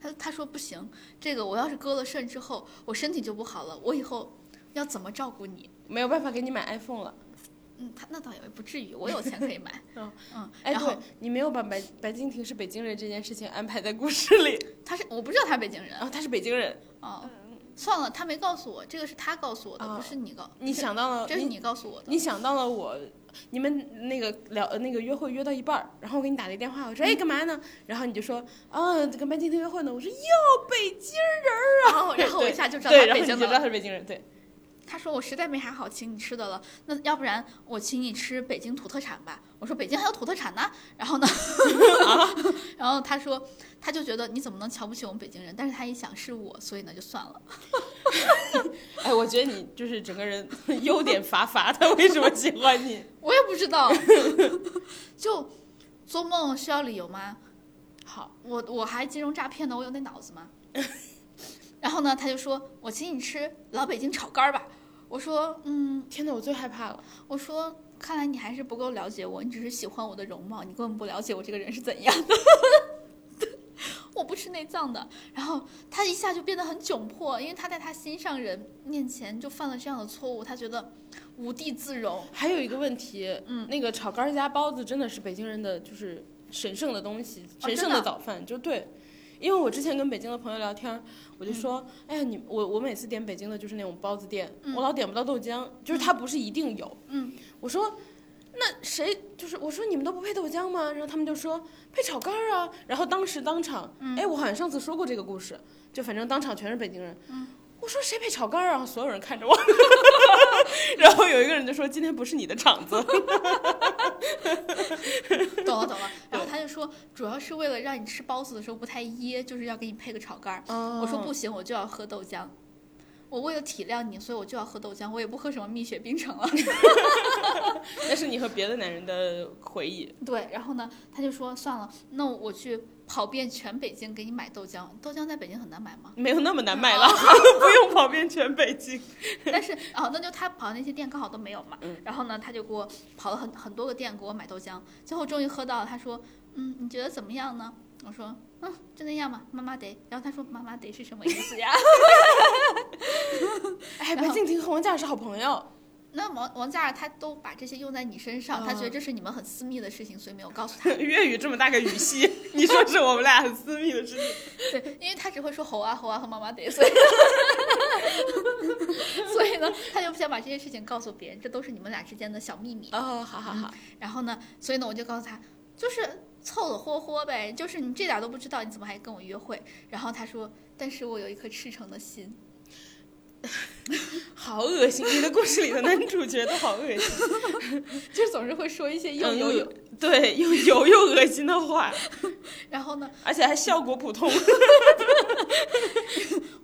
C: 他他说不行，这个我要是割了肾之后，我身体就不好了，我以后要怎么照顾你？
B: 没有办法给你买 iPhone 了。。
C: 嗯，他那倒也不至于，我有钱可以买
B: 嗯
C: 嗯，
B: 哎，
C: 然
B: 对
C: 后，
B: 你没有把白白敬亭是北京人这件事情安排在故事里，
C: 他是我不知道他是北京人
B: 然后他是北京人，
C: 哦，算了，他没告诉我，这个是他告诉我的，
B: 啊
C: 不是你告。
B: 你想到了
C: 这是
B: 你
C: 你告诉我的。
B: 你想到了我，你们那个聊呃那个约会约到一半儿，然后我给你打了一电话，我说哎干嘛呢？然后你就说啊跟白敬亭约会呢，我说哟北京人
C: 然
B: 儿
C: 后
B: 啊，
C: 然后我
B: 对
C: 一下就知道
B: 对
C: 他
B: 然后
C: 北
B: 你就知
C: 京的
B: 道他
C: 了。
B: 是北京人，对，
C: 他说我实在没啥好请你吃的了，那要不然我请你吃北京土特产吧。我说北京还有土特产呢。然 后呢， 然后他说他就觉得你怎么能瞧不起我们北京人？但是他一想是我，所以呢就算了。
B: 哎我觉得你就是整个人 优点乏乏，他为什么喜欢你？
C: 我也不知道，就做梦需要理由吗？
B: 好，
C: 我我还金融诈骗呢，我有那脑子吗？然后呢，他就说我请你吃老北京炒肝儿吧。我说嗯，
B: 天哪我最害怕了，
C: 我说看来你还是不够了解我，你只是喜欢我的容貌，你根本不了解我这个人是怎样的。 我不吃内脏的，然后他一下就变得很窘迫，因为他在他心上人面前就犯了这样的错误，他觉得无地自容。
B: 还有一个问题，
C: 嗯，
B: 那个炒肝儿加包子真的是北京人的就是神圣的东西，
C: 哦
B: 神圣
C: 真的
B: 早饭，就对。因为我之前跟北京的朋友聊天儿，我就说，哎呀，你我我每次点北京的就是那种包子店，
C: 嗯
B: 我老点不到豆浆，就是它不是一定有。
C: 嗯，
B: 我说，那谁就是我说你们都不配豆浆吗？然后他们就说配炒肝儿啊。然后当时当场，
C: 嗯
B: 哎，我好像上次说过这个故事，就反正当场全是北京人。
C: 嗯
B: 我说谁配炒肝儿啊？然后所有人看着我， 然后有一个人就说今天不是你的场子。
C: 懂了懂了。然后他就说，主要是为了让你吃包子的时候不太噎，就是要给你配个炒肝儿。我
B: 我
C: 说不行，我就要喝豆浆。我为了体谅你，所以我就要喝豆浆，我也不喝什么蜜雪冰城了。
B: 那是你和别的男人的回忆。
C: 对，然后呢，他就说算了，那我去跑遍全北京给你买豆浆，豆浆在北京很难买吗？
B: 没有那么难买了， 不用跑遍全北京。
C: 但是哦，那就他跑那些店刚好都没有嘛。
B: 嗯
C: 然后呢，他就给我跑了很很多个店给我买豆浆，最后终于喝到了。他说：“嗯，你觉得怎么样呢？”我说：“嗯，就那样吧，妈妈得。”然后他说：“妈妈得是什么意思呀
B: 哎，
C: 然
B: 白
C: 后
B: 敬亭和王嘉尔是好朋友，？”
C: 那王王嘉尔他都把这些用在你身上，他觉得这是你们很私密的事情，所以没有告诉他。
B: 粤语这么大个语 系，你说是我们俩很私密的事情。
C: 对，因为他只会说“吼啊吼啊”和“妈妈得”，所以 所以呢，他就不想把这些事情告诉别人，这都是你们俩之间的小秘密。
B: 哦，好好好，
C: 然后呢，所以呢，我就告诉他，就是凑合霍霍呗，就是你这点儿都不知道，你怎么还跟我约会？然后他说，但是我有一颗赤诚的心。
B: 好恶心！你的故事里的男主角都好恶心。
C: 就总是会说一些又
B: 嗯
C: 又又，
B: 对，又油又恶心的话，
C: 然后呢，
B: 而且还效果普通。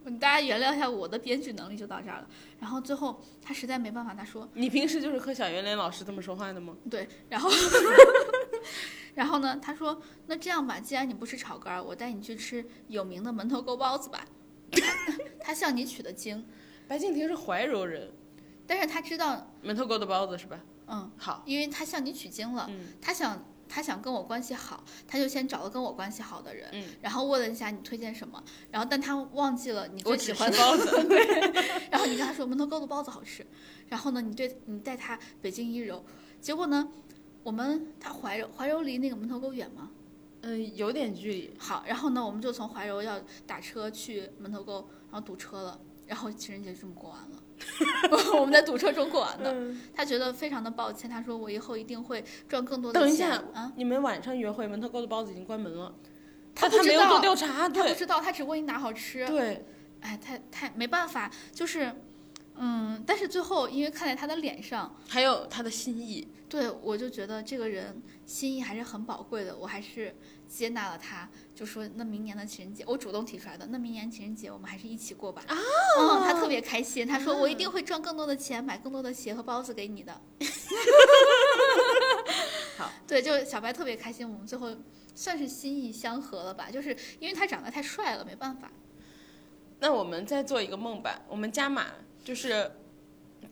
C: 嗯大家原谅一下我的编剧能力就到这儿了。然后最后他实在没办法，他说
B: 你平时就是和小圆脸老师这么说话的吗？
C: 对，然后 然后呢，他说那这样吧，既然你不吃炒肝儿，我带你去吃有名的门头沟包子吧。他 他向你取的经，
B: 白敬亭是怀柔人，
C: 但是他知道，
B: 门头沟的包子是吧？
C: 嗯，
B: 好，
C: 因为他向你取经了，
B: 嗯
C: 他想他想跟我关系好，他就先找了跟我关系好的人，
B: 嗯
C: 然后问了一下你推荐什么，然后但他忘记了你
B: 我
C: 最喜
B: 只
C: 欢
B: 吃
C: 的，
B: 包 子。
C: 然后你跟他说门头沟的包子好吃，然后呢，你对你带他北京一柔，结果呢，我们他怀柔怀柔离那个门头沟远吗？
B: 嗯，有点距离。
C: 好，然后呢，我们就从怀柔要打车去门头沟，然后堵车了，然后情人节就这么过完了， 我们在堵车中过完的。
B: 嗯，
C: 他觉得非常的抱歉，他说我以后一定会赚更多的
B: 等一
C: 钱。
B: 下
C: 啊，
B: 你们晚上约会，门头沟的包子已经关门了。
C: 他
B: 但
C: 不
B: 他没
C: 知
B: 有做
C: 道，
B: 调查，
C: 他不
B: 对
C: 知道，他只问你哪好吃。
B: 对，
C: 哎，太太没办法，就是，嗯，但是最后因为看在他的脸上，
B: 还有他的心意。
C: 对我就觉得这个人心意还是很宝贵的，我还是接纳了他，就说那明年的情人节，我主动提出来的，那明年情人节我们还是一起过吧。啊，嗯，他特别开心，他说我
B: 嗯
C: 一定会赚更多的钱，买更多的鞋和包子给你的。
B: 好，
C: 对，就小白特别开心，我们最后算是心意相合了吧，就是因为他长得太帅了，没办法。
B: 那我们再做一个梦吧，我们加码，就是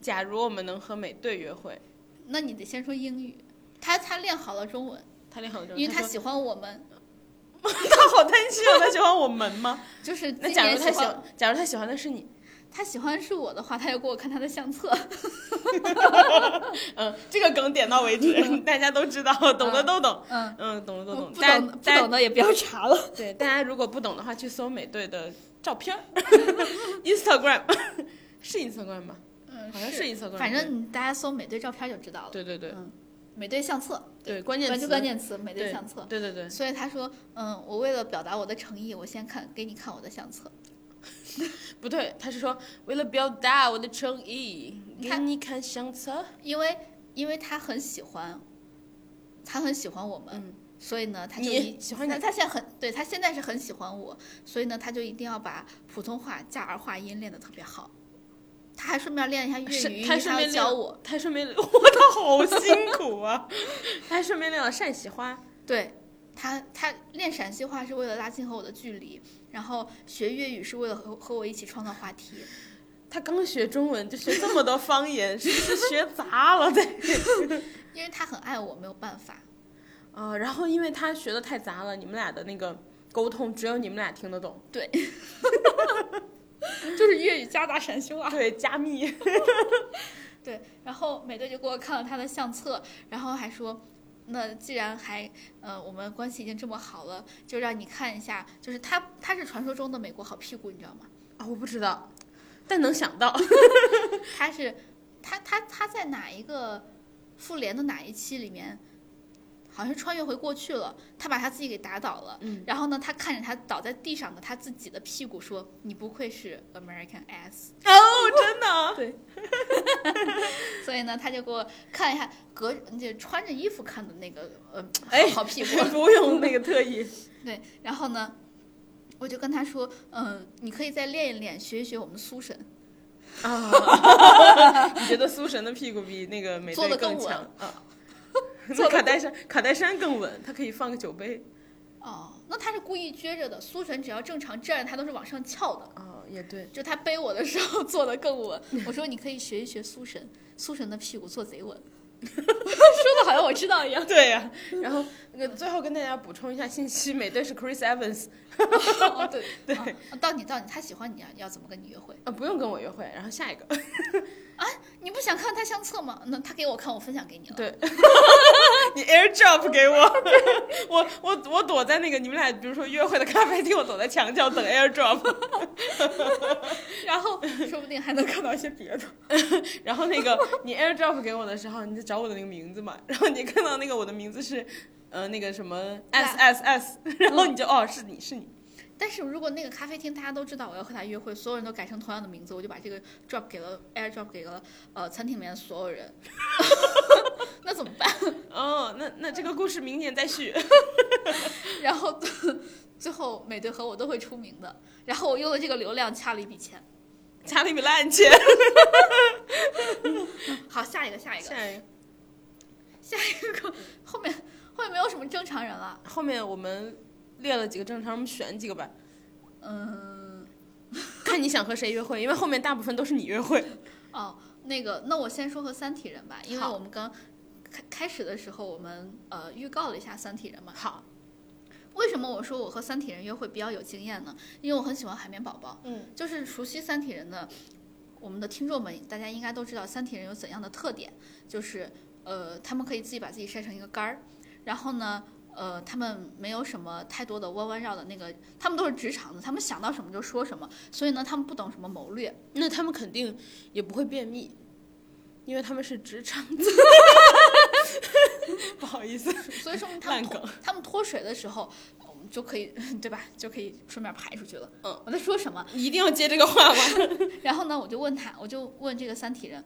B: 假如我们能和美队约会，
C: 那你得先说英语。他他练好了中文，
B: 他练好这个，
C: 因为他
B: 说
C: 喜欢我们，
B: 他好贪心哦，他喜欢我们 吗？
C: 就是今
B: 那假
C: 年
B: 如他
C: 喜
B: 喜
C: 欢
B: 欢，假如他喜欢的是你，
C: 他喜欢是我的话，他要给我看他的相册。
B: 嗯，这个梗点到为止， 大家都知道，懂的都懂，
C: 嗯，
B: 嗯，懂的都
C: 不
B: 懂，
C: 不
B: 大家
C: 懂不
B: 大
C: 懂
B: 家
C: 的也不要查了。
B: 对大家如果不懂的话，去搜美队的照片儿 ，Instagram 是 Instagram 吧？
C: 嗯，
B: 好像是 Instagram，
C: 反正你大家搜美队照片就知道了。
B: 对对对
C: 嗯，美队相册，
B: 对，关键
C: 关
B: 词
C: 注关键词美队
B: 对
C: 相册。
B: 对对对，
C: 所以他说，嗯，我为了表达我的诚意，我先看给你看我的相册。
B: 不对，他是说为了表达我的诚意，给
C: 看
B: 你看相册。
C: 因为因为他很喜欢，他很喜欢我们，
B: 嗯
C: 所以呢，他就
B: 你
C: 一
B: 喜欢
C: 那
B: 你
C: 他现在很对他现在是很喜欢我，所以呢，他就一定要把普通话加儿化音练得特别好。他还顺便练一下粤
B: 是
C: 语，因
B: 他
C: 为
B: 顺
C: 要
B: 便
C: 教
B: 练
C: 我。
B: 他顺便， 我他好辛苦啊！ 他还顺便练了陕西话，
C: 对他，他练陕西话是为了拉近和我的距离，然后学粤语是为了和和我一起创造话题。
B: 他刚学中文就学这么多方言，是不是学杂了？对
C: 因为他很爱我，没有办法。
B: 啊、然后因为他学的太杂了，你们俩的那个沟通只有你们俩听得懂。
C: 就是粤语夹杂陕西话。
B: 对，加密。
C: 对，然后美队就给我看了他的相册，然后还说，那既然还呃我们关系已经这么好了，就让你看一下，就是他他是传说中的美国好屁股，你知道吗？
B: 啊，我不知道，哦但能想 到。
C: 他是他他他在哪一个复联的哪一期里面，好像是穿越回过去了，他把他自己给打倒了。
B: 嗯，
C: 然后呢，他看着他倒在地上的他自己的屁股，说：“你不愧是 American ass。”
B: 哦，真的。 对，
C: 所以呢，他就给我看一下隔就穿着衣服看的那个呃
B: 哎
C: 好屁股，
B: 不用那个特意。
C: 对，然后呢，我就跟他说，嗯、你可以再练一练，学一学我们的苏神，
B: 啊，你觉得苏神的屁股比那个美
C: 做
B: 队
C: 得更
B: 强
C: 稳
B: 啊？
C: 做
B: 那
C: 得
B: 卡戴珊，卡戴珊更稳，它可以放个酒杯。
C: 哦，那他是故意撅着的，苏璇只要正常站着，他都是往上翘的。
B: 哦，也对，
C: 就他背我的时候坐得更稳。 我说你可以学一学苏神，苏神的屁股坐贼稳，说的好像我知道一 样。
B: 对呀、然后那个最后跟大家补充一下信息，美队是 Chris Evans
C: 哦、对对、啊到你到你，他喜欢你啊，要怎么跟你约会？
B: 啊，不用跟我约会。然后下一个，
C: 你不想看他相册吗？那他给我看，我分享给你了。
B: 对，你 AirDrop 给我， 我我我躲在那个你们俩比如说约会的咖啡厅，我躲在墙角等 AirDrop，
C: 然后说不定还能看到一些别的。
B: 然后那个你 AirDrop 给我的时候，你就找我的那个名字嘛，然后你看到那个我的名字是。呃，那个什么 S S S，然后你就、哦，是你是你，
C: 但是如果那个咖啡厅大家都知道我要和他约会，所有人都改成同样的名字，我就把这个 drop 给了 air drop 给了呃餐厅里面所有人，那怎么办？
B: 哦，那那这个故事明年再续。
C: 然后最后美队和我都会出名的，然后我用了这个流量掐了一笔钱。
B: 查理米烂钱。
C: 好，下一个，下一个，
B: 下一个
C: 下一个，后面后面没有什么正常人了。
B: 后面我们列了几个正常，我们选几个吧，
C: 嗯，
B: 看你想和谁约会，因为后面大部分都是你约会。
C: 哦，那个，那我先说和三体人吧，因为
B: 好
C: 我们刚开开始的时候，我们呃预告了一下三体人嘛。
B: 好，
C: 为什么我说我和三体人约会比较有经验呢？因为我很喜欢海绵宝宝，
B: 嗯，
C: 就是熟悉三体人的我们的听众们，大家应该都知道三体人有怎样的特点，就是呃，他们可以自己把自己晒成一个杆儿，然后呢。呃，他们没有什么太多的弯弯绕的那个，他们都是直肠子，他们想到什么就说什么，所以呢，他们不懂什么谋略，
B: 那他们肯定也不会便秘，因为他们是直肠子。 不好意思，
C: 所以说明他
B: 烂
C: 们脱
B: 梗。
C: 他们脱水的时候，我们就可以 对吧？就可以顺便排出去了。
B: 嗯，
C: 我在说什么？
B: 你一定要接这个话吗？
C: 然后呢，我就问他，我就问这个三体人，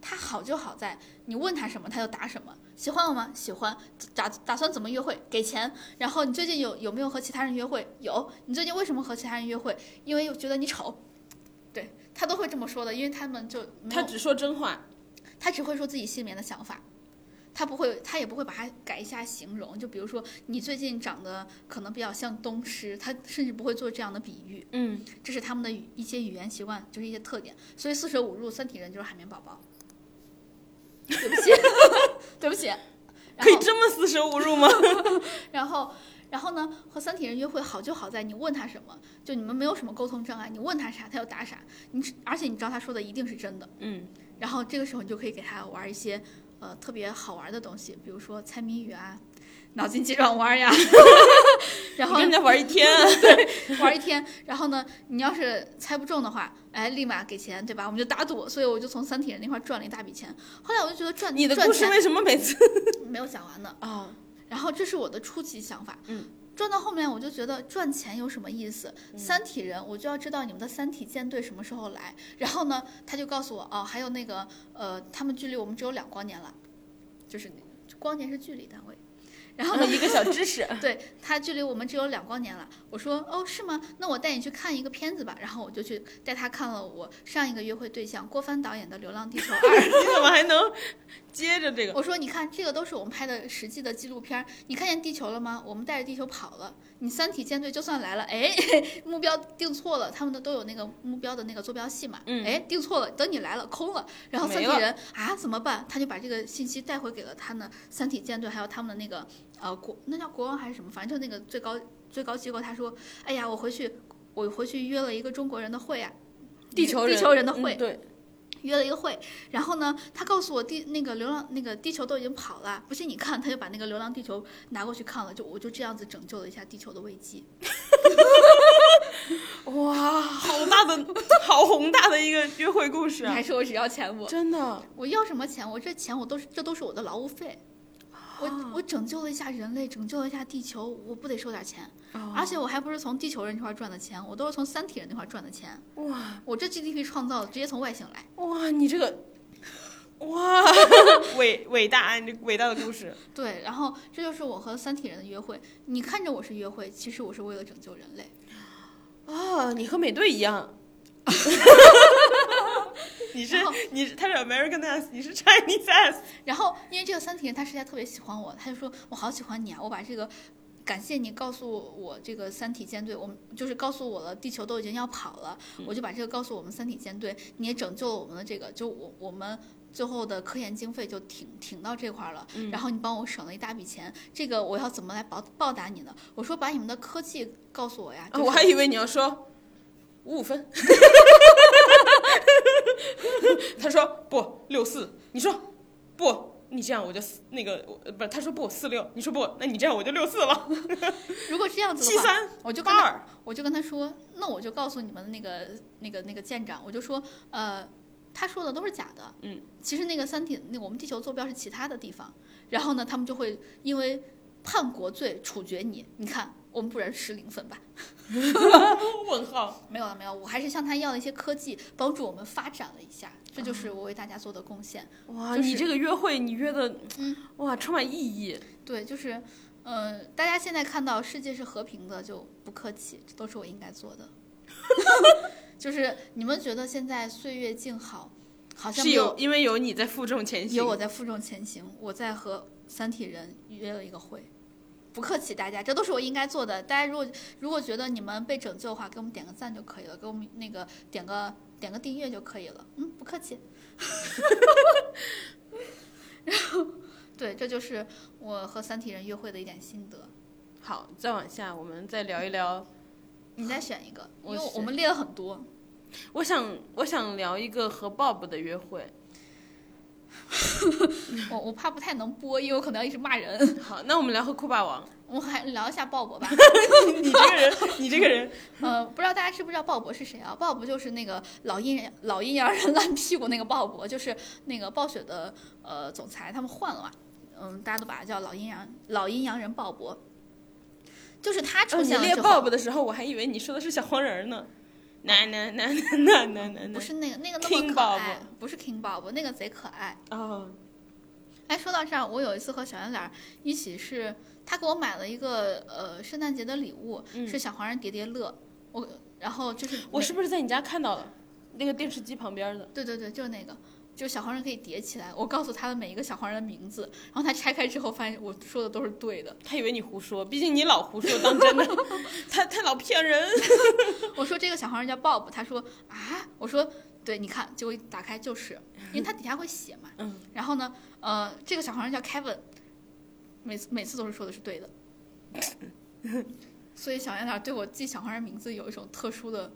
C: 他好就好在你问他什么他就答什么，喜欢我吗？喜欢，打打算怎么约会？给钱。然后你最近有有没有和其他人约会？有。你最近为什么和其他人约会？因为觉得你丑。对他都会这么说的，因为他们就没有
B: 他只说真话，
C: 他只会说自己心里面的想法，他不会，他也不会把它改一下形容。就比如说，你最近长得可能比较像东施，他甚至不会做这样的比喻。
B: 嗯，
C: 这是他们的语一些语言习惯，就是一些特点。所以四舍五入，三体人就是海绵宝宝。对不起， 对不起。然
B: 可以
C: 后，
B: 这么四舍五入吗？
C: 然后，然后呢？和三体人约会好就好在你问他什么，就你们没有什么沟通障碍，你问他啥他就答啥。你而且你知道他说的一定是真的。
B: 嗯，
C: 然后这个时候你就可以给他玩一些呃特别好玩的东西，比如说猜谜语啊、脑筋急转 弯呀，然
B: 你
C: 后
B: 跟人家玩一天、啊
C: 玩一天。然后呢，你要是猜不中的话，哎，立马给钱，对吧？我们就打赌，所以我就从三体人那块儿赚了一大笔钱。后来我就觉得赚
B: 你的
C: 赚
B: 故事
C: 钱
B: 为什么每次
C: 没有讲完呢。
B: 啊？
C: 然后这是我的初级想法，
B: 嗯。
C: 转到后面，我就觉得赚钱有什么意思？三体人，我就要知道你们的三体舰队什么时候来。然后呢，他就告诉我，哦，还有那个，呃，他们距离我们只有两光年了，就是光年是距离单位。然后呢，
B: 一个小知识，
C: 对他距离我们只有两光年了。我说哦，是吗？那我带你去看一个片子吧。然后我就去带他看了我上一个约会对象郭帆导演的《流浪地球二》。
B: 你怎么还能接着这个？
C: 我说，你看，这个都是我们拍的实际的纪录片儿。你看见地球了吗？我们带着地球跑了。你三体舰队就算来了，哎， 目标定错了，他们都都有那个目标的那个坐标系嘛。
B: 嗯
C: 哎，定错了，等你来了，空了。然后三
B: 没
C: 体
B: 了
C: 人啊，怎么办？他就把这个信息带回给了他们三体舰队，还有他们的那个呃国，那叫国王还是什么，反正就那个最高最高机构。他说，哎呀，我回去，我回去约了一个中国人的会啊，
B: 地球人，
C: 地球人的会。
B: 嗯对，
C: 约了一个会，然后呢，他告诉我地那个流浪那个地球都已经跑了，不信你看，他就把那个流浪地球拿过去看了，就我就这样子拯救了一下地球的危机。
B: 哇，好大的，好宏大的一个约会故事
C: 你
B: 啊
C: 还！说我只要钱我，
B: 真的，
C: 我要什么钱？我这钱我都是这都是我的劳务费。我我拯救了一下人类，拯救了一下地球，我不得收点钱？而且我还不是从地球人这块赚的钱，我都是从三体人那块赚的钱。
B: 哇
C: 我这 GDP 创造的直接从外星来。
B: 哇，你这 个，哇，伟伟大，你这伟大的故事，
C: 对，然后这就是我和三体人的约会。你看着我是约会，其实我是为了拯救人类。
B: 啊，你和美队一样。 你是
C: 然后
B: 你是他是 American ass，你是 Chinese ass，
C: 然后因为这个三体人他实在特别喜欢我，他就说我好喜欢你啊，我把这个感谢你告诉我这个三体舰队，我们就是告诉我了，地球都已经要跑了，
B: 嗯
C: 我就把这个告诉我们三体舰队，你也拯救了我们的这个，就我我们。最后的科研经费就停停到这块儿了，
B: 嗯
C: 然后你帮我省了一大笔钱，这个我要怎么来报报答你呢？我说把你们的科技告诉我呀，
B: 啊
C: 就是
B: 我还以为你要说五五 分，他说不六四，你说不，你这样我就四那个我呃不是，他说不四六，你说不，那你这样我就六四了，
C: 如果这样子
B: 七
C: 的话，
B: 三
C: 我就跟
B: 八
C: 他
B: 二，
C: 我就跟他说，那我就告诉你们那个那个那个舰长，我就说，呃，他说的都是假的。
B: 嗯，
C: 其实那个三体，那我们地球坐标是其他的地方，然后呢，他们就会因为叛国罪处决你。你看，我们不然失零分吧？
B: 问号，
C: 没有啊了，没有，我还是向他要了一些科技，帮助我们发展了一下，这
B: 哦
C: 就是我为大家做的贡献。
B: 哇，
C: 就是
B: 你这个约会你约的
C: 嗯，
B: 哇充满意义，
C: 对，就是，呃，大家现在看到世界是和平的，就不客气，这都是我应该做的。 就是你们觉得现在岁月静好，好像
B: 是
C: 没
B: 有因为有你在负重前行，
C: 有我在负重前行，我在和三体人约了一个会。不客气，大家，这都是我应该做的。大家如果如果觉得你们被拯救的话，给我们点个赞就可以了，给我们那个点个点个订阅就可以了。嗯，不客气。 然后，对，这就是我和三体人约会的一点心得。
B: 好，再往下我们再聊一聊
C: 你再选一个，
B: 我
C: 因为我
B: 选
C: 们列了很多。
B: 我想，我想聊一个和 Bob 的约 会。
C: 我我怕不太能播，因为我可能要一直骂人。
B: 好，那我们聊和酷霸王。
C: 我还聊一下鲍勃吧。
B: 你这个人，你这个 人，
C: 呃，不知道大家知不知道鲍勃是谁啊？鲍勃就是那个老阴阳老阴阳人烂屁股那个鲍勃，就是那个暴雪的呃总裁，他们换了嘛，嗯，大家都把他叫老阴阳老阴阳人鲍勃，就是他出
B: 哦嗯你
C: 现了
B: 列
C: 之后，
B: Bob 的时候，我还以为你说的是小黄人呢。那那那那那那
C: 不
B: 那
C: 是那个那个那么
B: King
C: 可
B: 鲍勃
C: 爱，不是 King 鲍勃，那个贼可爱。
B: 哦，
C: 哎，说到这儿，我有一次和小圆脸儿一起是，他给我买了一个呃圣诞节的礼物，
B: 嗯
C: 是小黄人叠叠乐，我然后就是
B: 我
C: 每
B: 是不是在你家看到了？那个电视机旁边的，
C: 对对对，就是那个，就是小黄人可以叠起来。我告诉他的每一个小黄人的名字，然后他拆开之后发现我说的都是对的。
B: 他以为你胡说，毕竟你老胡说当 真的，他他老骗人。
C: 我说这个小黄人叫 Bob，他说啊，我说对，你看，结果一打开就是，因为它底下会写嘛。
B: 嗯。
C: 然后呢，呃，这个小黄人叫 Kevin，每次每次都是说的是对的。所以小圆脸对我记小黄人名字有一种特殊的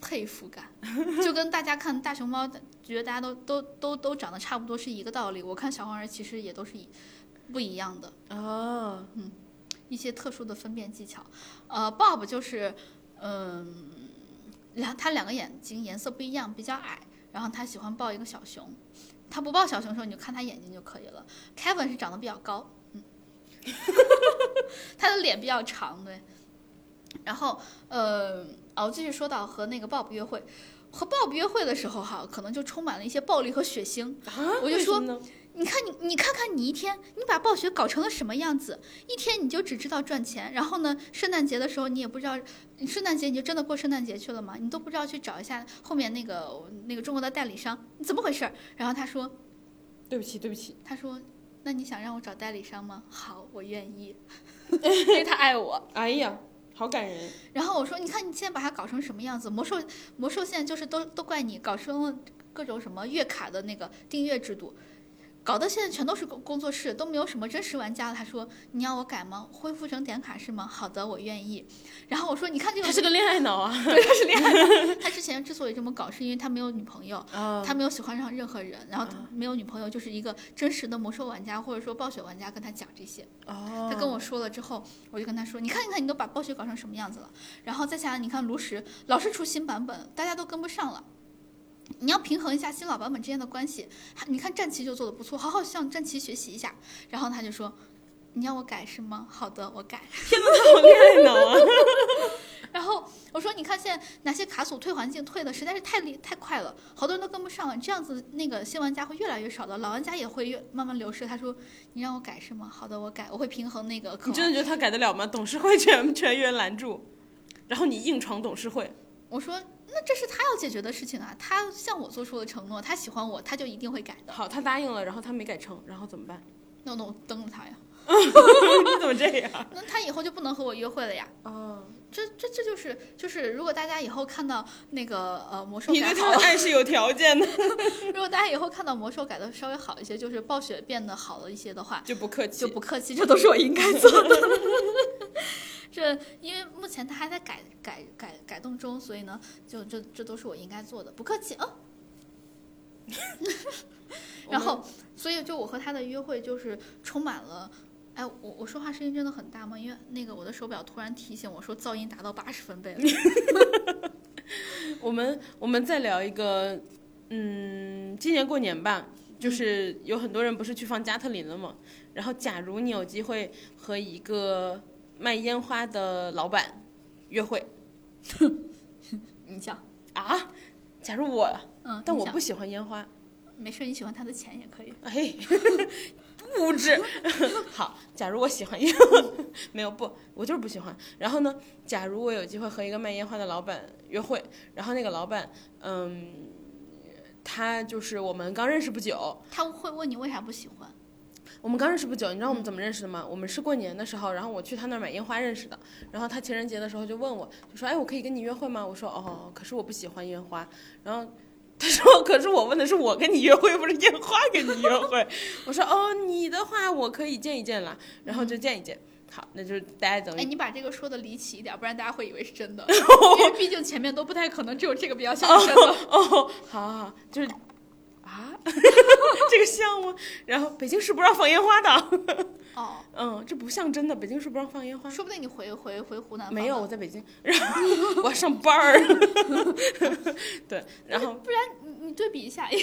C: 佩服感，就跟大家看大熊猫，觉得大家都都都都长得差不多是一个道理。我看小黄人其实也都是一不一样的。
B: 哦，
C: 一些特殊的分辨技巧。呃，Bob 就是，嗯，两他两个眼睛颜色不一样，比较矮，然后他喜欢抱一个小熊。他不抱小熊的时候，你就看他眼睛就可以了。Kevin 是长得比较高，嗯， 他的脸比较长，对。然后，呃，哦，继续说到和那个 Bob 约会，和 Bob 约会的时候哈，可能就充满了一些暴力和血腥。
B: 啊
C: 我就
B: 为
C: 说
B: 什么呢
C: 你看你，你看看你一天，你把暴雪搞成了什么样子？一天你就只知道赚钱，然后呢，圣诞节的时候你也不知道，圣诞节你就真的过圣诞节去了吗？你都不知道去找一下后面那个那个中国的代理商，你怎么回事儿？然后他说，
B: 对不起，对不起，
C: 他说，那你想让我找代理商吗？好，我愿意，因为他爱我。
B: 哎呀，好感人。
C: 然后我说，你看你现在把它搞成什么样子？魔兽魔兽现在就是都都怪你搞成了各种什么月卡的那个订阅制度，搞得现在全都是工工作室，都没有什么真实玩家了。他说你要我改吗？恢复成点卡是吗？好的，我愿意。然后我说你看这个，
B: 他是个恋爱脑啊。
C: 对他是恋爱脑他之前之所以这么搞，是因为他没有女朋友。
B: 啊
C: 他没有喜欢上任何人，然后他没有女朋友，就是一个真实的魔兽玩家或者说暴雪玩家跟他讲这些。
B: 哦
C: 他跟我说了之后，我就跟他说：“你看，你看，你都把暴雪搞成什么样子了。”然后再下来，你看炉石老是出新版本，大家都跟不上了。你要平衡一下新老版本之间的关系。还你看战旗就做的不错，好好向战旗学习一下。然后他就说：“你要我改是吗？好的，我改。
B: 好恋爱脑啊。”
C: 然后我说：“你看现在哪些卡组退环境退的实在是太厉太快了，好多人都跟不上了。这样子那个新玩家会越来越少的，老玩家也会越慢慢流失。”他说：“你让我改是吗？好的，我改，我会平衡那个。”
B: 你真的觉得他改得了吗？董事会全全员拦住，然后你硬闯董事会，
C: 我说，那这是他要解决的事情啊，他向我做出了承诺，他喜欢我，他就一定会改的。
B: 好，他答应了，然后他没改成，然后怎么办？
C: 那那我蹬了他呀，
B: 你怎么这样？
C: 那他以后就不能和我约会了呀。
B: 哦，
C: 这这这就是就是，如果大家以后看到那个呃魔兽
B: 你
C: 改
B: 对
C: 好
B: 他的爱是有条件的，
C: 如果大家以后看到魔兽改的稍微好一些，就是暴雪变得好了一些的话，
B: 就不客气，
C: 就不客气，这都是我应该做的。这因为目前它还在改改改改动中，所以呢，就这这都是我应该做的，不客气啊。
B: 我们
C: 然后，所以就我和他的约会就是充满了，哎，我我说话声音真的很大吗？因为那个我的手表突然提醒我说噪音达到八十 分贝了。
B: 我们我们再聊一个，嗯，今年过年吧，就是有很多人不是去放加特林了嘛。然后，假如你有机会和一个卖烟花的老板约会
C: 你讲，
B: 啊，假如我，
C: 嗯，
B: 但
C: 你
B: 我
C: 讲
B: 不喜欢烟花，
C: 没事，你喜欢他的钱也可以。
B: 哎，物质。好，假如我喜欢烟， 没有不，我就是不喜欢。然后呢，假如我有机会和一个卖烟花的老板约会，然后那个老板，嗯，他就是我们刚认识不久，
C: 他会问你为啥不喜欢。
B: 我们刚认识不久，你知道
C: 嗯
B: 我们怎么认识的吗？我们是过年的时候，然后我去他那儿买烟花认识的。然后他情人节的时候就问我，就说：“哎，我可以跟你约会吗？”我说：“哦，可是我不喜欢烟花。”然后他说：“可是我问的是我跟你约会，不是烟花跟你约会。”我说：“哦，你的话我可以见一见啦。”然后就见一见。好，那就是大家等
C: 哎，
B: 于
C: 你把这个说的离奇一点，不然大家会以为 是真的，因为毕竟前面都不太可能，只有这个比较像是真的。
B: 哦，好好好，就是啊， 这个像吗？然后北京市不让放烟花的，
C: 哦，
B: 嗯，这不像真的，北京市不让放烟花。
C: 说不定你回回回湖南
B: 没有，
C: 啊放
B: 我
C: 的，
B: 在北京，然后 我要上班儿。 对，然后
C: 不然你你对比一下，一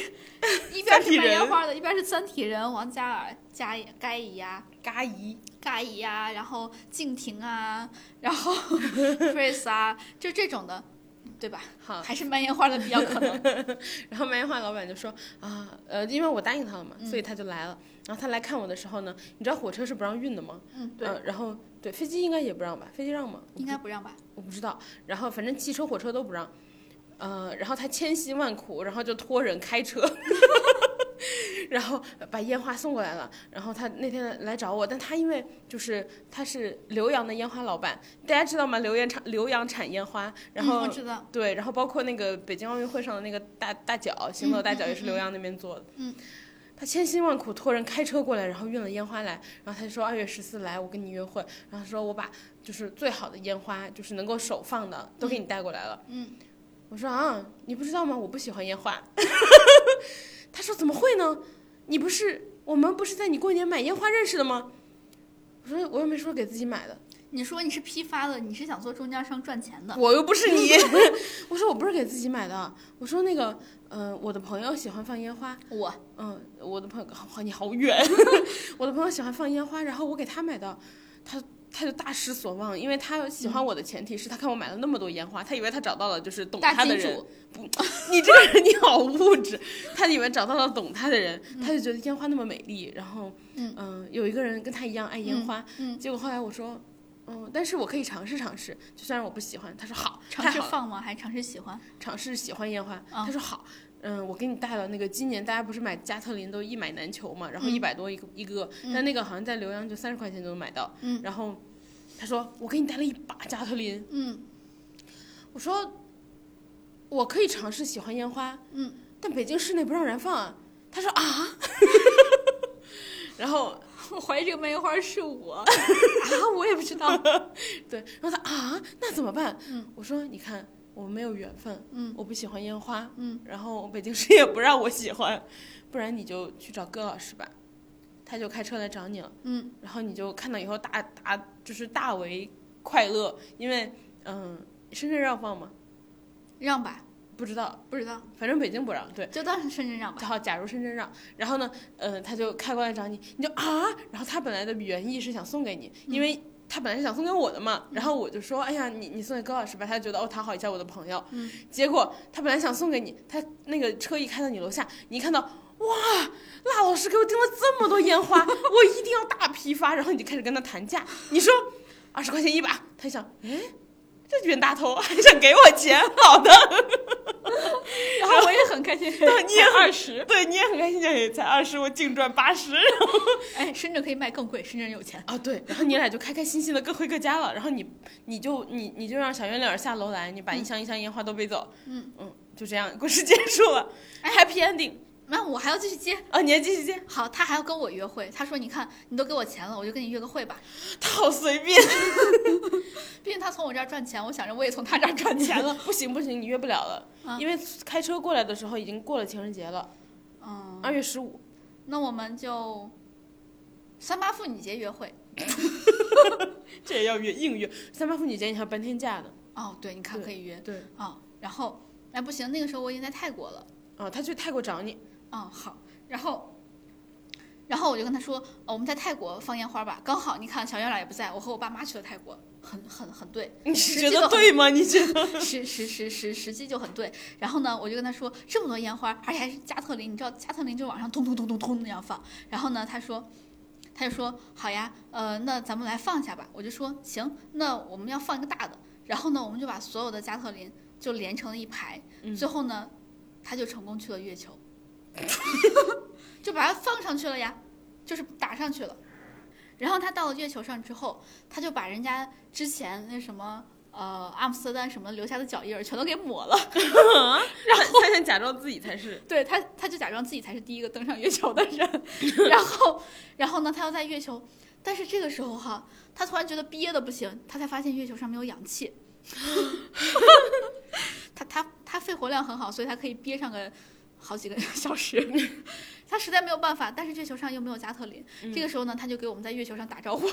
C: 一
B: 三
C: 边是
B: 体
C: 卖
B: 人
C: 烟花的，一边是三体人王嘉尔、嘉该乙呀、
B: 嘎姨，
C: 嘎姨呀，然后敬 亭啊，然后 Chris 啊，就这种的，对吧？
B: 好，
C: 还是卖烟花的比较可能。
B: 然后卖烟花老板就说啊，呃，因为我答应他了嘛，
C: 嗯
B: 所以他就来了。然后他来看我的时候呢，你知道火车是不让运的吗？
C: 嗯，对，
B: 呃然后对飞机应该也不让吧？飞机让吗？
C: 应该不让吧？
B: 我不知道。然后反正汽车、火车都不让。呃，然后他千辛万苦，然后就托人开车， 然后把烟花送过来了。然后他那天来找我，但他因为就是他是浏阳的烟花老板，大家知道吗？浏阳产浏阳产烟花，然
C: 嗯、
B: 后、
C: 我知道，
B: 对，然后包括那个北京奥运会上的那个大大脚，行走大脚也是
C: 嗯嗯
B: 浏阳那边做的。
C: 嗯
B: 他千辛万苦托人开车过来，然后运了烟花来，然后他就说二月十四来，我跟你约会。然后说我把就是最好的烟花，就是能够手放的都给你带过来了。
C: 嗯，
B: 我说啊，你不知道吗？我不喜欢烟花。 他说怎么会呢？你不是我们不是在你过年买烟花认识的吗？我说我又没说给自己买的。
C: 你说你是批发的，你是想做中间商赚钱的。
B: 我又不是 你。 我说我不是给自己买的，我说那个，呃，我的朋友喜欢放烟花，
C: 我
B: 嗯，我的朋友， 好你好远，我的朋友喜欢放烟花，然后我给他买的，他。他就大失所望，因为他喜
C: 嗯
B: 欢我的前提是他看我买了那么多烟花，他以为他找到了就是懂
C: 大
B: 他的
C: 金
B: 人
C: 主。
B: 你这个人你好物质，他以为找到了懂他的人，他就觉得烟花那么美丽。然后，
C: 嗯
B: 呃有一个人跟他一样爱烟花，
C: 嗯
B: 结果后来我说，嗯，但是我可以尝试尝试，就虽然我不喜欢。他说好，
C: 尝
B: 太
C: 试
B: 好了
C: 放吗？还是尝试喜欢？
B: 尝试喜欢烟花。
C: 啊
B: 他说好，嗯，我给你带了那个，今年大家不是买加特林都一买难求嘛，然后
C: 嗯
B: 一百多一个、一个，
C: 嗯
B: 但那个好像在浏阳就三十块钱就能买到。
C: 嗯
B: 然后他说我给你带了一把加特林，
C: 嗯
B: 我说我可以尝试喜欢烟花，
C: 嗯，
B: 但北京市内不让燃放啊。他说啊， 然后
C: 我怀疑这个卖烟花是我 啊，我也不知 道。
B: 对，然后他啊，那怎么办？
C: 嗯，
B: 我说你看我没有缘分，
C: 嗯
B: 我不喜欢烟花，
C: 嗯，
B: 然后北京市也不让我喜欢，不然你就去找葛老师吧，他就开车来找你了，
C: 嗯，
B: 然后你就看到以后大大就是大为快乐，因为嗯、深圳让放吗？
C: 让吧，
B: 不知道，
C: 不知道，
B: 反正北京不让，对。
C: 就当是深圳让吧。
B: 好，假如深圳让，然后呢，呃，他就开过来找你，你就啊，然后他本来的原意是想送给你，因为他本来是想送给我的嘛，然后我就说，哎呀，你你送给高老师吧，他觉得哦，讨好一下我的朋友，
C: 嗯，
B: 结果他本来想送给你，他那个车一开到你楼下，你一看到。哇，辣老师给我订了这么多烟花，我一定要大批发。然后你就开始跟他谈价，你说二十块钱一把，他想，哎，这冤大头还想给我钱，好的，
C: 然后我也很开 心。
B: 对，你也
C: 二十，
B: 对，你也很开心，哎，才二十，我净赚八十。
C: 哎，深圳可以卖更贵，深圳有钱。
B: 啊，对，然后你俩就开开心心的各回各家了，然后你你就你你就让小圆脸儿下楼来，你把一箱一箱烟花都背走，
C: 嗯
B: 嗯，就这样，故事结束了、
C: 哎
B: h a p p y ending
C: 那我还要继续接。
B: 啊，你还继续接，
C: 好，他还要跟我约会。他说：“你看，你都给我钱了，我就跟你约个会吧。
B: 他好随 便，
C: 毕竟他从我这儿赚钱，我想着我也从他这儿赚钱了。
B: 不行不行，你约不了了，
C: 啊
B: 因为开车过来的时候已经过了情人节了，”
C: 嗯，
B: 二月十五，
C: 那我们就三八妇女节约会。
B: 这也要约硬约，三八妇女节你还有半天假呢，
C: 哦，对，你看
B: 对
C: 可以约
B: 对，
C: 啊、然后，哎，不行，那个时候我已经在泰国了。
B: 啊，他去泰国找你，
C: 嗯，好。然后，然后我就跟他说，哦，我们在泰国放烟花吧。刚好你看小圆脸也不在，我和我爸妈去了泰国，很很很对，
B: 你
C: 实
B: 觉
C: 际都
B: 得
C: 很
B: 对吗？你觉得？
C: 实实实实实际就很对。然后呢，我就跟他说这么多烟花，而且还是加特林，你知道加特林就往上咚咚咚咚咚那样放。然后呢，他说。他就说好呀，呃，那咱们来放一下吧。我就说行，那我们要放一个大的。然后呢，我们就把所有的加特林就连成了一排。
B: 嗯
C: 最后呢，他就成功去了月球， 就把它放上去了呀，就是打上去了。然后他到了月球上之后，他就把人家之前那什么呃阿姆斯特丹什么留下的脚印儿全都给抹了。
B: 然后他想假装自己才是，
C: 对他，他就假装自己才是第一个登上月球的人。 然后，然后呢，他要在月球，但是这个时候哈，他突然觉得憋的不行，他才发现月球上没有氧气。 他他他肺活量很好，所以他可以憋上个好几个小时。 他实在没有办法，但是月球上又没有加特林。这个时候呢，他就给我们在月球上打招呼。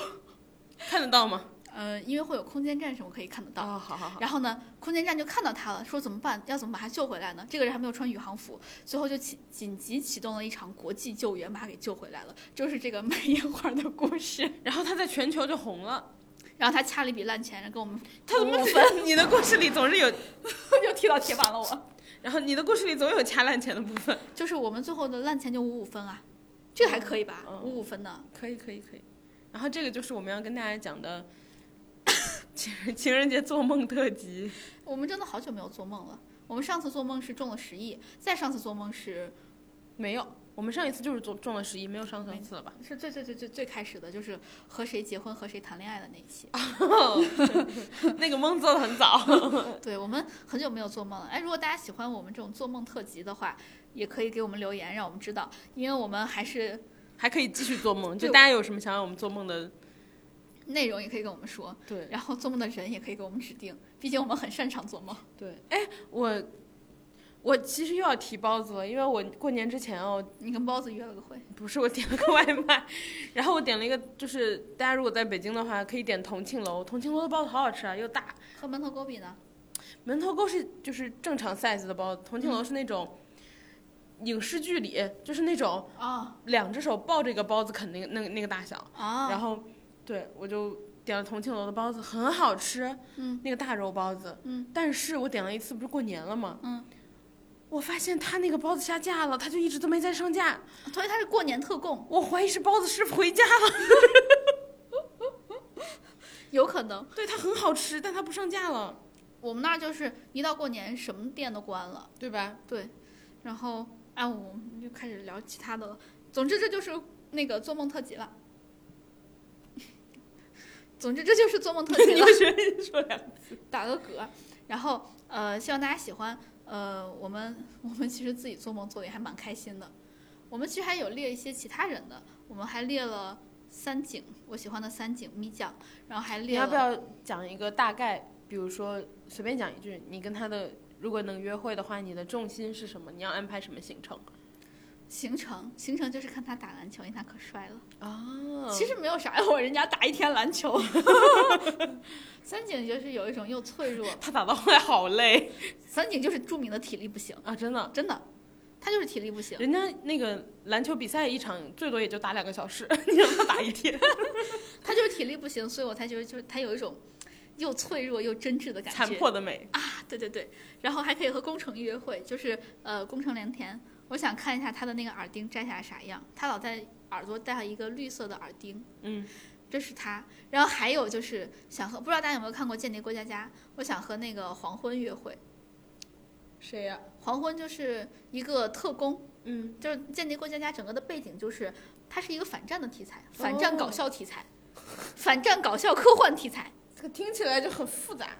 B: 看得到吗？
C: 呃，因为会有空间站什么可以看得到。
B: 啊、好好好，
C: 然后呢，空间站就看到他了，说怎么办？要怎么把他救回来呢？这个人还没有穿宇航服，最后就启紧急启动了一场国际救援，把他给救回来了。就是这个卖烟花的故事。
B: 然后他在全球就红了。
C: 然后他掐了一笔烂钱，跟我们
B: 他怎么
C: 五
B: 觉得你的故事里总是有，
C: 又踢到铁板了我？
B: 然后你的故事里总有掐烂钱的部分。
C: 就是我们最后的烂钱就五五分啊，这个还可以吧？
B: 嗯
C: 五五分呢？
B: 可以，可以，可以。然后这个就是我们要跟大家讲的情人情人节做梦特辑。
C: 我们真的好久没有做梦了。我们上次做梦是中了十亿，再上次做梦是
B: 没有，我们上一次就是中中了十一，没有上上次了吧？
C: 是最最最最最开始的，就是和谁结婚和谁谈恋爱的那一期。
B: 那个梦做的很 早。
C: 对我们很久没有做梦了。哎，如果大家喜欢我们这种做梦特辑的话，也可以给我们留言，让我们知道，因为我们还是
B: 还可以继续做梦，就
C: 对
B: 大家有什么想让我们做梦的？
C: 内容也可以跟我们说，
B: 对
C: 然后做梦的人也可以给我们指定，毕竟我们很擅长做梦。
B: 对，哎，我我其实又要提包子了，因为我过年之前哦，
C: 你跟包子约了个会，
B: 不是，我点了个外卖，然后我点了一个，就是大家如果在北京的话，可以点同庆楼，同庆楼的包子好好吃啊，又大。
C: 和门头沟比呢？
B: 门头沟是就是正常 size 的包子，同
C: 嗯
B: 庆楼是那种影视剧里就是那种
C: 啊
B: 两只手抱着一个包子啃那个那个那个大小。然
C: 啊，
B: 后，对我就点了同庆楼的包子，很好吃，
C: 嗯
B: 那个大肉包子。
C: 嗯，
B: 但是我点了一次，不是过年了吗？
C: 嗯，
B: 我发现他那个包子下架了，他就一直都没再上架。
C: 所以它是过年特供，
B: 我怀疑是包子师傅回家
C: 有可能
B: 对，它很好吃，但它不上架了，
C: 我们那儿就是一到过年什么店都关了，
B: 对 吧？
C: 对，然后哎，我们就开始聊其他的了。总之，这就是那个做梦特辑了。 总之，这就是做梦特辑
B: 你
C: 了，
B: 为什么说两个？
C: 打个嗝。然后，呃，希望大家喜欢。呃，我们我们其实自己做梦做的也还蛮开心的。我们其实还有列一些其他人的，我们还列了三井，我喜欢的三井咪酱，然后还
B: 你
C: 列了
B: 要不要讲一个大概？比如说，随便讲一句，你跟他的如果能约会的话，你的重心是什么？你要安排什么行程？
C: 行程，行程就是看他打篮球，因为他可帅了。
B: 啊
C: 其实没有啥呀，哎我人家打一天篮球。三井就是有一种又脆弱，
B: 他打到后来好累
C: 三井就是著名的体力不行，
B: 啊，真的。
C: 真的，他就是体力不行。
B: 人家那个篮球比赛一场最多也就打两个小 时，你让他打一天，
C: 他就是体力不行，所以我才觉得就是他有一种又脆弱又真挚的感
B: 残
C: 觉。
B: 破的美。
C: 对对对，然后还可以和宫城约会，就是呃宫城良田，我想看一下他的那个耳钉摘下来啥样，他老在耳朵戴了一个绿色的耳钉。
B: 嗯，
C: 这是他，然后还有就是想和不知道大家有没有看过《间谍过家家》，我想和那个黄昏约会，
B: 谁呀、
C: 黄昏就是一个特工，
B: 嗯，
C: 就是《间谍过家家》整个的背景就是它是一个反战的题材，反战
B: 哦
C: 搞笑题材，反战搞笑科幻题材。
B: 这个听起来就很复杂。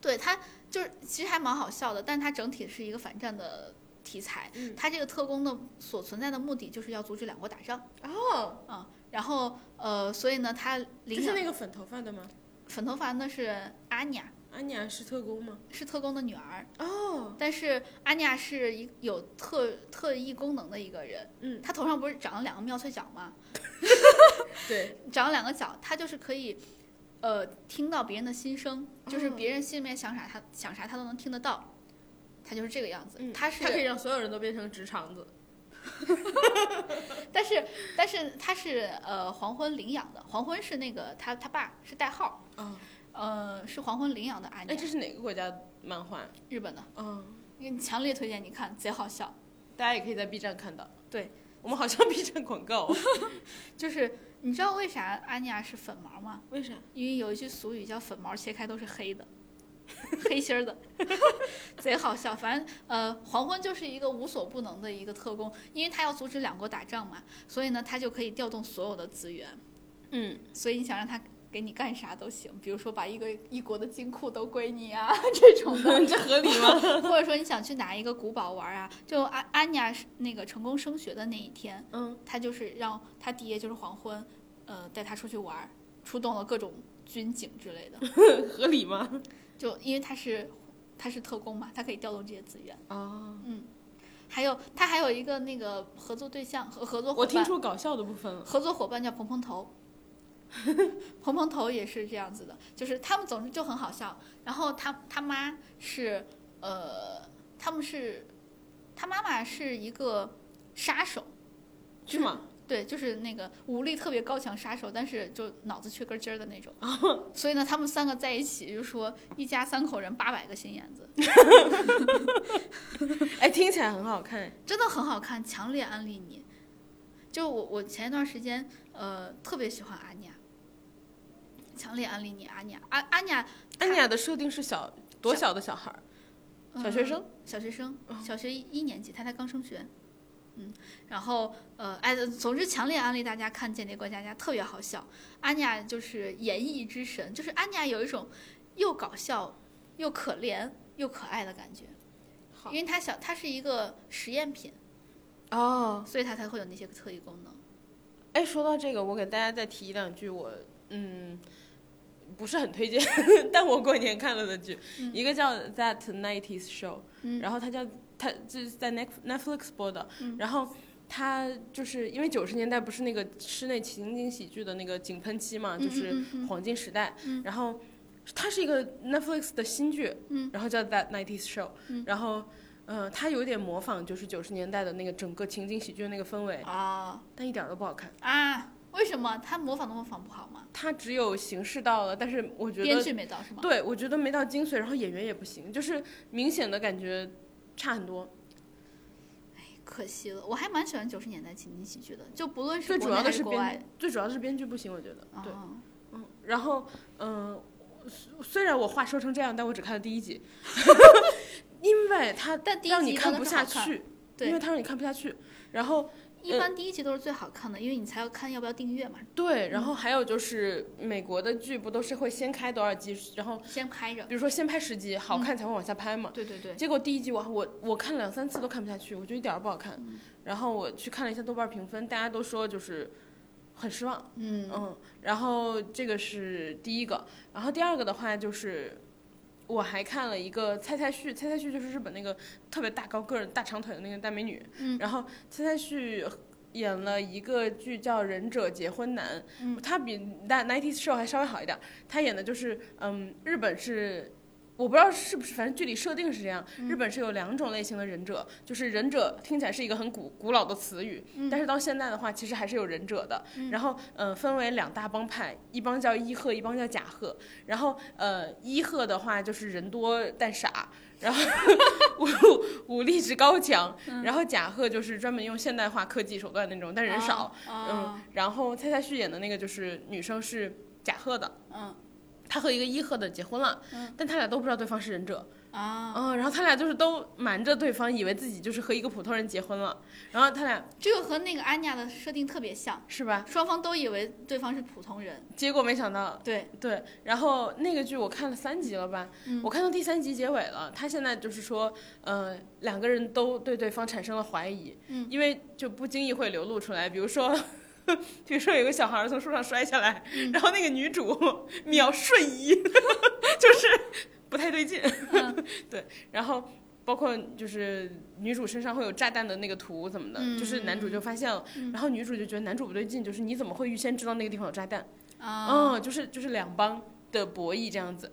C: 对它就是其实还蛮好笑的，但它整体是一个反战的题材。
B: 嗯
C: 它这个特工的所存在的目的就是要阻止两国打仗
B: 哦，
C: 啊、然后呃，所以呢，他
B: 就
C: 领
B: 是
C: 养
B: 那个粉头发的吗？
C: 粉头发呢是阿尼亚，
B: 安妮亚是特工吗？
C: 是特工的女儿，
B: 哦，
C: 但是阿尼亚是一有特特异功能的一个人。
B: 嗯，
C: 她头上不是长了两个妙脆角吗？
B: 对，
C: 长了两个角，她就是可以。呃，听到别人的心声，就是
B: 哦
C: 别人心里面想啥，她想啥她都能听得到，她就是这个样子。
B: 嗯，
C: 她是
B: 他可以让所有人都变成直肠子。
C: 但是但是他是呃黄昏领养的，黄昏是那个他他爸是代号，
B: 哦，
C: 呃是黄昏领养的阿尼
B: 哎，
C: 亚
B: 这，是哪个国家漫画？
C: 日本的，
B: 嗯，
C: 你强烈推荐你看，贼好笑。
B: 大家也可以在 B 站看到。
C: 对，
B: 我们好像 B 站广告。
C: 就是你知道为啥阿尼亚是粉 毛吗？
B: 为啥？
C: 因为有一句俗语叫粉毛切开都是黑的，黑心儿的， 贼好笑。反正呃黄昏就是一个无所不能的一个特工，因为他要阻止两国打仗嘛，所以呢他就可以调动所有的资源。
B: 嗯，
C: 所以你想让他给你干啥都行，比如说把一个一国的金库都归你啊 这种的，
B: 这合理吗？
C: 或者说你想去拿一个古堡玩啊，就安安妮亚是那个成功升学的那一天，
B: 嗯，
C: 他就是让他爹就是黄昏，呃，带他出去玩儿，出动了各种军警之类的，
B: 合理吗？
C: 就因为他是他是特工嘛，他可以调动这些资源。
B: 哦，
C: 还有他还有一个那个合作对象和合作伙
B: 我听
C: 伴，
B: 出搞笑的部分 了。
C: 合作伙伴叫蓬蓬头， 蓬蓬头也是这样子的，就是他们总之就很好笑。然后他他妈是呃，他们是他妈妈是一个杀手，
B: 是吗？
C: 对，就是那个武力特别高强杀手，但是就脑子缺根筋儿的那种。所以呢，他们三个在一起就说一家三口人八百个心眼子，
B: 哎，听起来很好看。
C: 真的很好看，强烈安利你。就我我前一段时间呃特别喜欢阿尼亚，强烈安利你阿尼亚阿阿尼亚
B: 安妮亚的设定是小多小的小孩儿？小学生哦
C: 嗯小学生，小学一一年级，他才刚升学。嗯，然后呃，哎，总之强烈安利大家看《间谍过家家》，特别好笑。安妮亚就是演绎之神，就是安妮亚有一种又搞笑又可怜又可爱的感觉，
B: 好
C: 因为她小，她是一个实验品，
B: 哦，
C: 所以她才会有那些特异功能。
B: 哎，说到这个，我给大家再提一两句，我嗯不是很推荐， 但我过年看了的剧，
C: 嗯
B: 一个叫《That 90s Show》，
C: 嗯
B: 然后它叫它这是在 Net- Netflix 播的，
C: 嗯
B: 然后。它就是因为九十年代不是那个室内情景喜剧的那个井喷期嘛，就是
C: 嗯嗯嗯
B: 黄金时代。
C: 嗯
B: 然后它是一个 Netflix 的新剧，
C: 嗯
B: 然后叫 That 90s Show，、
C: 嗯
B: 然后呃，它有点模仿就是九十年代的那个整个情景喜剧的那个氛围，
C: 啊
B: 但一点儿都不好看。
C: 啊！为什么她模仿都模仿不好吗？
B: 它只有形式到了，但是我觉
C: 编
B: 得
C: 剧没到是吗？
B: 对我觉得没到精髓，然后演员也不行，就是明显的感觉差很多。
C: 可惜了，我还蛮喜欢九十年代情景喜剧的，就不论是
B: 最
C: 国
B: 主
C: 内
B: 要
C: 还
B: 的是
C: 国外
B: 编，最主要的是编剧不行，我觉得对。
C: 啊
B: 嗯，然后嗯、虽虽然我话说成这样，但我只看了第一 集，因为它
C: 但第一
B: 让
C: 集
B: 你看
C: 真的
B: 不
C: 是
B: 下
C: 好看
B: 去，
C: 对
B: 因为它让你看不下去。然后
C: 一般第一集都是最好看的，因为你才要看要不要订阅嘛，
B: 对，然后还有就是美国的剧不都是会先开多少集，然后
C: 先拍着。
B: 比如说先拍十集，
C: 嗯
B: 好看才会往下拍嘛。
C: 对对对，
B: 结果第一集我我我看两三次都看不下去，我觉得一点儿不好看。
C: 嗯
B: 然后我去看了一下豆瓣评分，大家都说就是很失望。
C: 嗯
B: 嗯，然后这个是第一个，然后第二个的话就是。我还看了一个蔡蔡旭，蔡蔡旭就是日本那个特别大高个儿、大长腿的那个大美女。
C: 嗯
B: 然后蔡蔡旭演了一个剧叫《忍者结婚男》，
C: 嗯
B: 他比那 Nineties Show 还稍微好一点儿。他演的就是，嗯，日本是。我不知道是不是，反正剧里设定是这样。日本是有两种类型的忍者，就是忍者听起来是一个很古古老的词语，但是到现在的话，其实还是有忍者的。然后，呃，分为两大帮派，一帮叫伊贺，一帮叫甲贺。然后，呃，伊贺的话就是人多但傻，然后武武力值高强，然后甲贺就是专门用现代化科技手段那种，但人少。嗯
C: 啊，，
B: 然后蔡蔡旭演的那个就是女生是甲贺的，
C: 嗯
B: 她和一个伊贺的结婚了，
C: 嗯
B: 但他俩都不知道对方是忍者，
C: 啊，
B: 哦，然后他俩就是都瞒着对方，以为自己就是和一个普通人结婚了，然后他俩
C: 这个和那个安妮亚的设定特别像，
B: 是吧？
C: 双方都以为对方是普通人。
B: 结果没想到，
C: 对，
B: 对，然后那个剧我看了三集了吧，
C: 嗯
B: 我看到第三集结尾了，他现在就是说，呃，两个人都对对方产生了怀疑，
C: 嗯
B: 因为就不经意会流露出来，比如说。 比如说有个小孩儿从树上摔下来，
C: 嗯
B: 然后那个女主 秒瞬移， 就是不太对劲。
C: 嗯
B: 对，然后包括就是女主身上会有炸弹的那个图怎么的，就是男
C: 嗯
B: 主就发现了，然后女主就觉得男主不对劲，就是你怎么会预先知道那个地方有炸弹？
C: 啊，
B: 嗯，就是就是两帮的博弈这样子。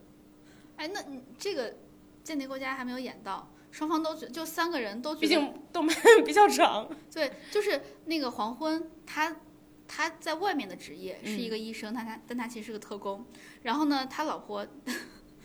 C: 哎，那你这个《间谍国家》还没有演到，双方都觉就三个人都觉
B: 毕
C: 得
B: 竟动漫 比较长，
C: 对，就是那个黄昏，他他在外面的职业是一
B: 嗯
C: 个医生，但他但他其实是个特工。然后呢，他老婆，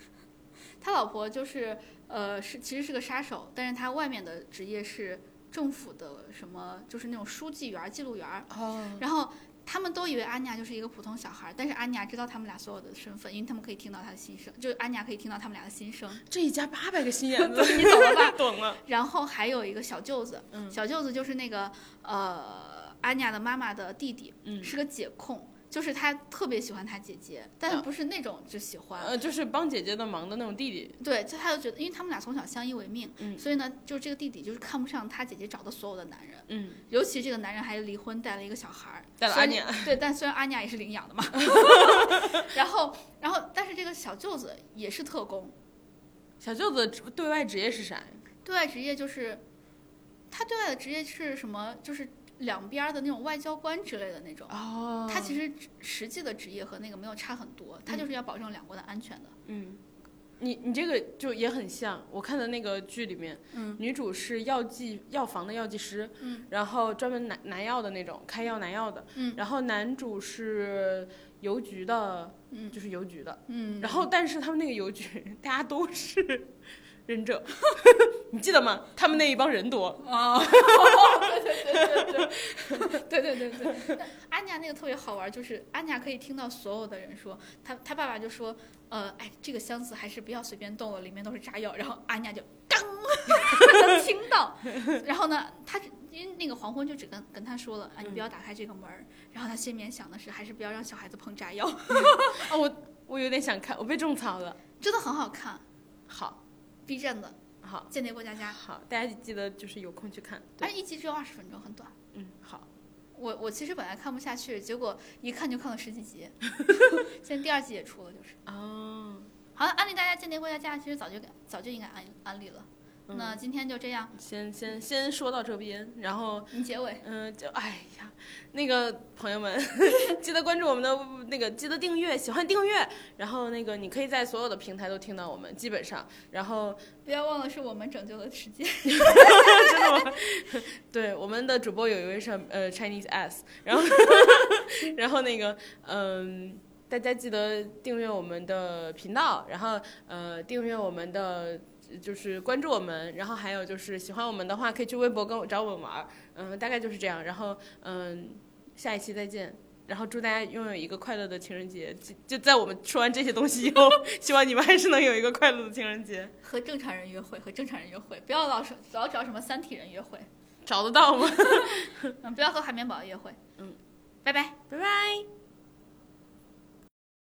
C: 他老婆就是呃是其实是个杀手，但是他外面的职业是政府的什么，就是那种书记员儿、记录员儿。
B: 哦，
C: 然后他们都以为安妮亚就是一个普通小孩儿，但是安妮亚知道他们俩所有的身份，因为他们可以听到他的心声，就是安妮亚可以听到他们俩的心声。，
B: 这一家八百个心眼 子
C: 你懂了吧？
B: 懂了。
C: 然后还有一个小舅子，
B: 嗯
C: 小舅子就是那个呃安雅的妈妈的弟弟，
B: 嗯
C: 是个姐控，就是他特别喜欢他姐姐，但
B: 啊
C: 不是那种只喜欢，
B: 呃，就是帮姐姐的忙的那种弟弟，
C: 对，就他就觉得，因为他们俩从小相依为命，
B: 嗯
C: 所以呢，就这个弟弟就是看不上他姐姐找的所有的男人，
B: 嗯，
C: 尤其这个男人还离婚带了一个小孩儿，
B: 带了
C: 虽然
B: 安妮亚
C: 对，但虽然安妮亚也是领养 的嘛， 然后然后但是这个小舅子也是特工，
B: 小舅子职对外职业是啥？
C: 对外职业就是，他对外的职业是什么？就是两边儿的那种外交官之类的那种。
B: 哦
C: 他其实实际的职业和那个没有差很多，他就是要保证两国的安全的。
B: 嗯，你你这个就也很像，我看的那个剧里面，
C: 嗯，
B: 女主是药剂药房的药剂师，
C: 嗯，
B: 然后专门拿拿药的那种，开药拿药的，
C: 嗯，
B: 然后男主是邮局的，
C: 嗯
B: 就是邮局的，
C: 嗯
B: 然后但是他们那个邮局大家都是 忍 者，你记得吗？他们那一帮人多，
C: 啊，对对对对对对对对对。安妮亚那个特别好玩儿，就是安妮亚可以听到所有的人说，他他爸爸就说，呃，哎，这个箱子还是不要随便动了，里面都是炸药。然后安妮亚就当，能 听到。然后呢，他只因为那个黄昏就只跟跟他说了，啊，你不要打开这个门儿。然后他心里面想的是，还是不要让小孩子碰炸药，
B: 啊，我我有点想看，我被种草了，
C: 真的很好看
B: 好，
C: ，B 站的
B: 好，
C: 《间谍过家家》，
B: 好，大家记得就是有空去看，
C: 而
B: 对，
C: 且一集只有二十分钟，很短。
B: 嗯，好，
C: 我我其实本来看不下去，结果一看就看了十几 集，现在第二季也出了，就是。
B: 哦，
C: 好了，安利大家《间谍过家家》，其实早就早就应该安安利了。
B: 嗯
C: 那今天就这样，
B: 先先先说到这边，然后
C: 你结尾。
B: 嗯、就哎呀，那个朋友们记得关注我们的那个，记得订阅，喜欢订阅，然后那个你可以在所有的平台都听到我们，基本上，然后
C: 不要忘了是我们拯救了世 界。
B: 对我们的主播有一位是呃 Chinese S，然后然后那个嗯。大家记得订阅我们的频道，然后呃订阅我们的就是关注我们，然后还有就是喜欢我们的话，可以去微博跟我找我们玩儿，嗯、大概就是这样。然后嗯、下一期再见。然后祝大家拥有一个快乐的情人节。就就在我们说完这些东西以后， 希望你们还是能有一个快乐的情人节。
C: 和正常人约会，和正常人约会，不要老是老找什么三体人约会，嗯
B: 找得到吗？
C: 嗯，不要和海绵宝宝约会。
B: 嗯，
C: 拜拜。
B: 拜拜。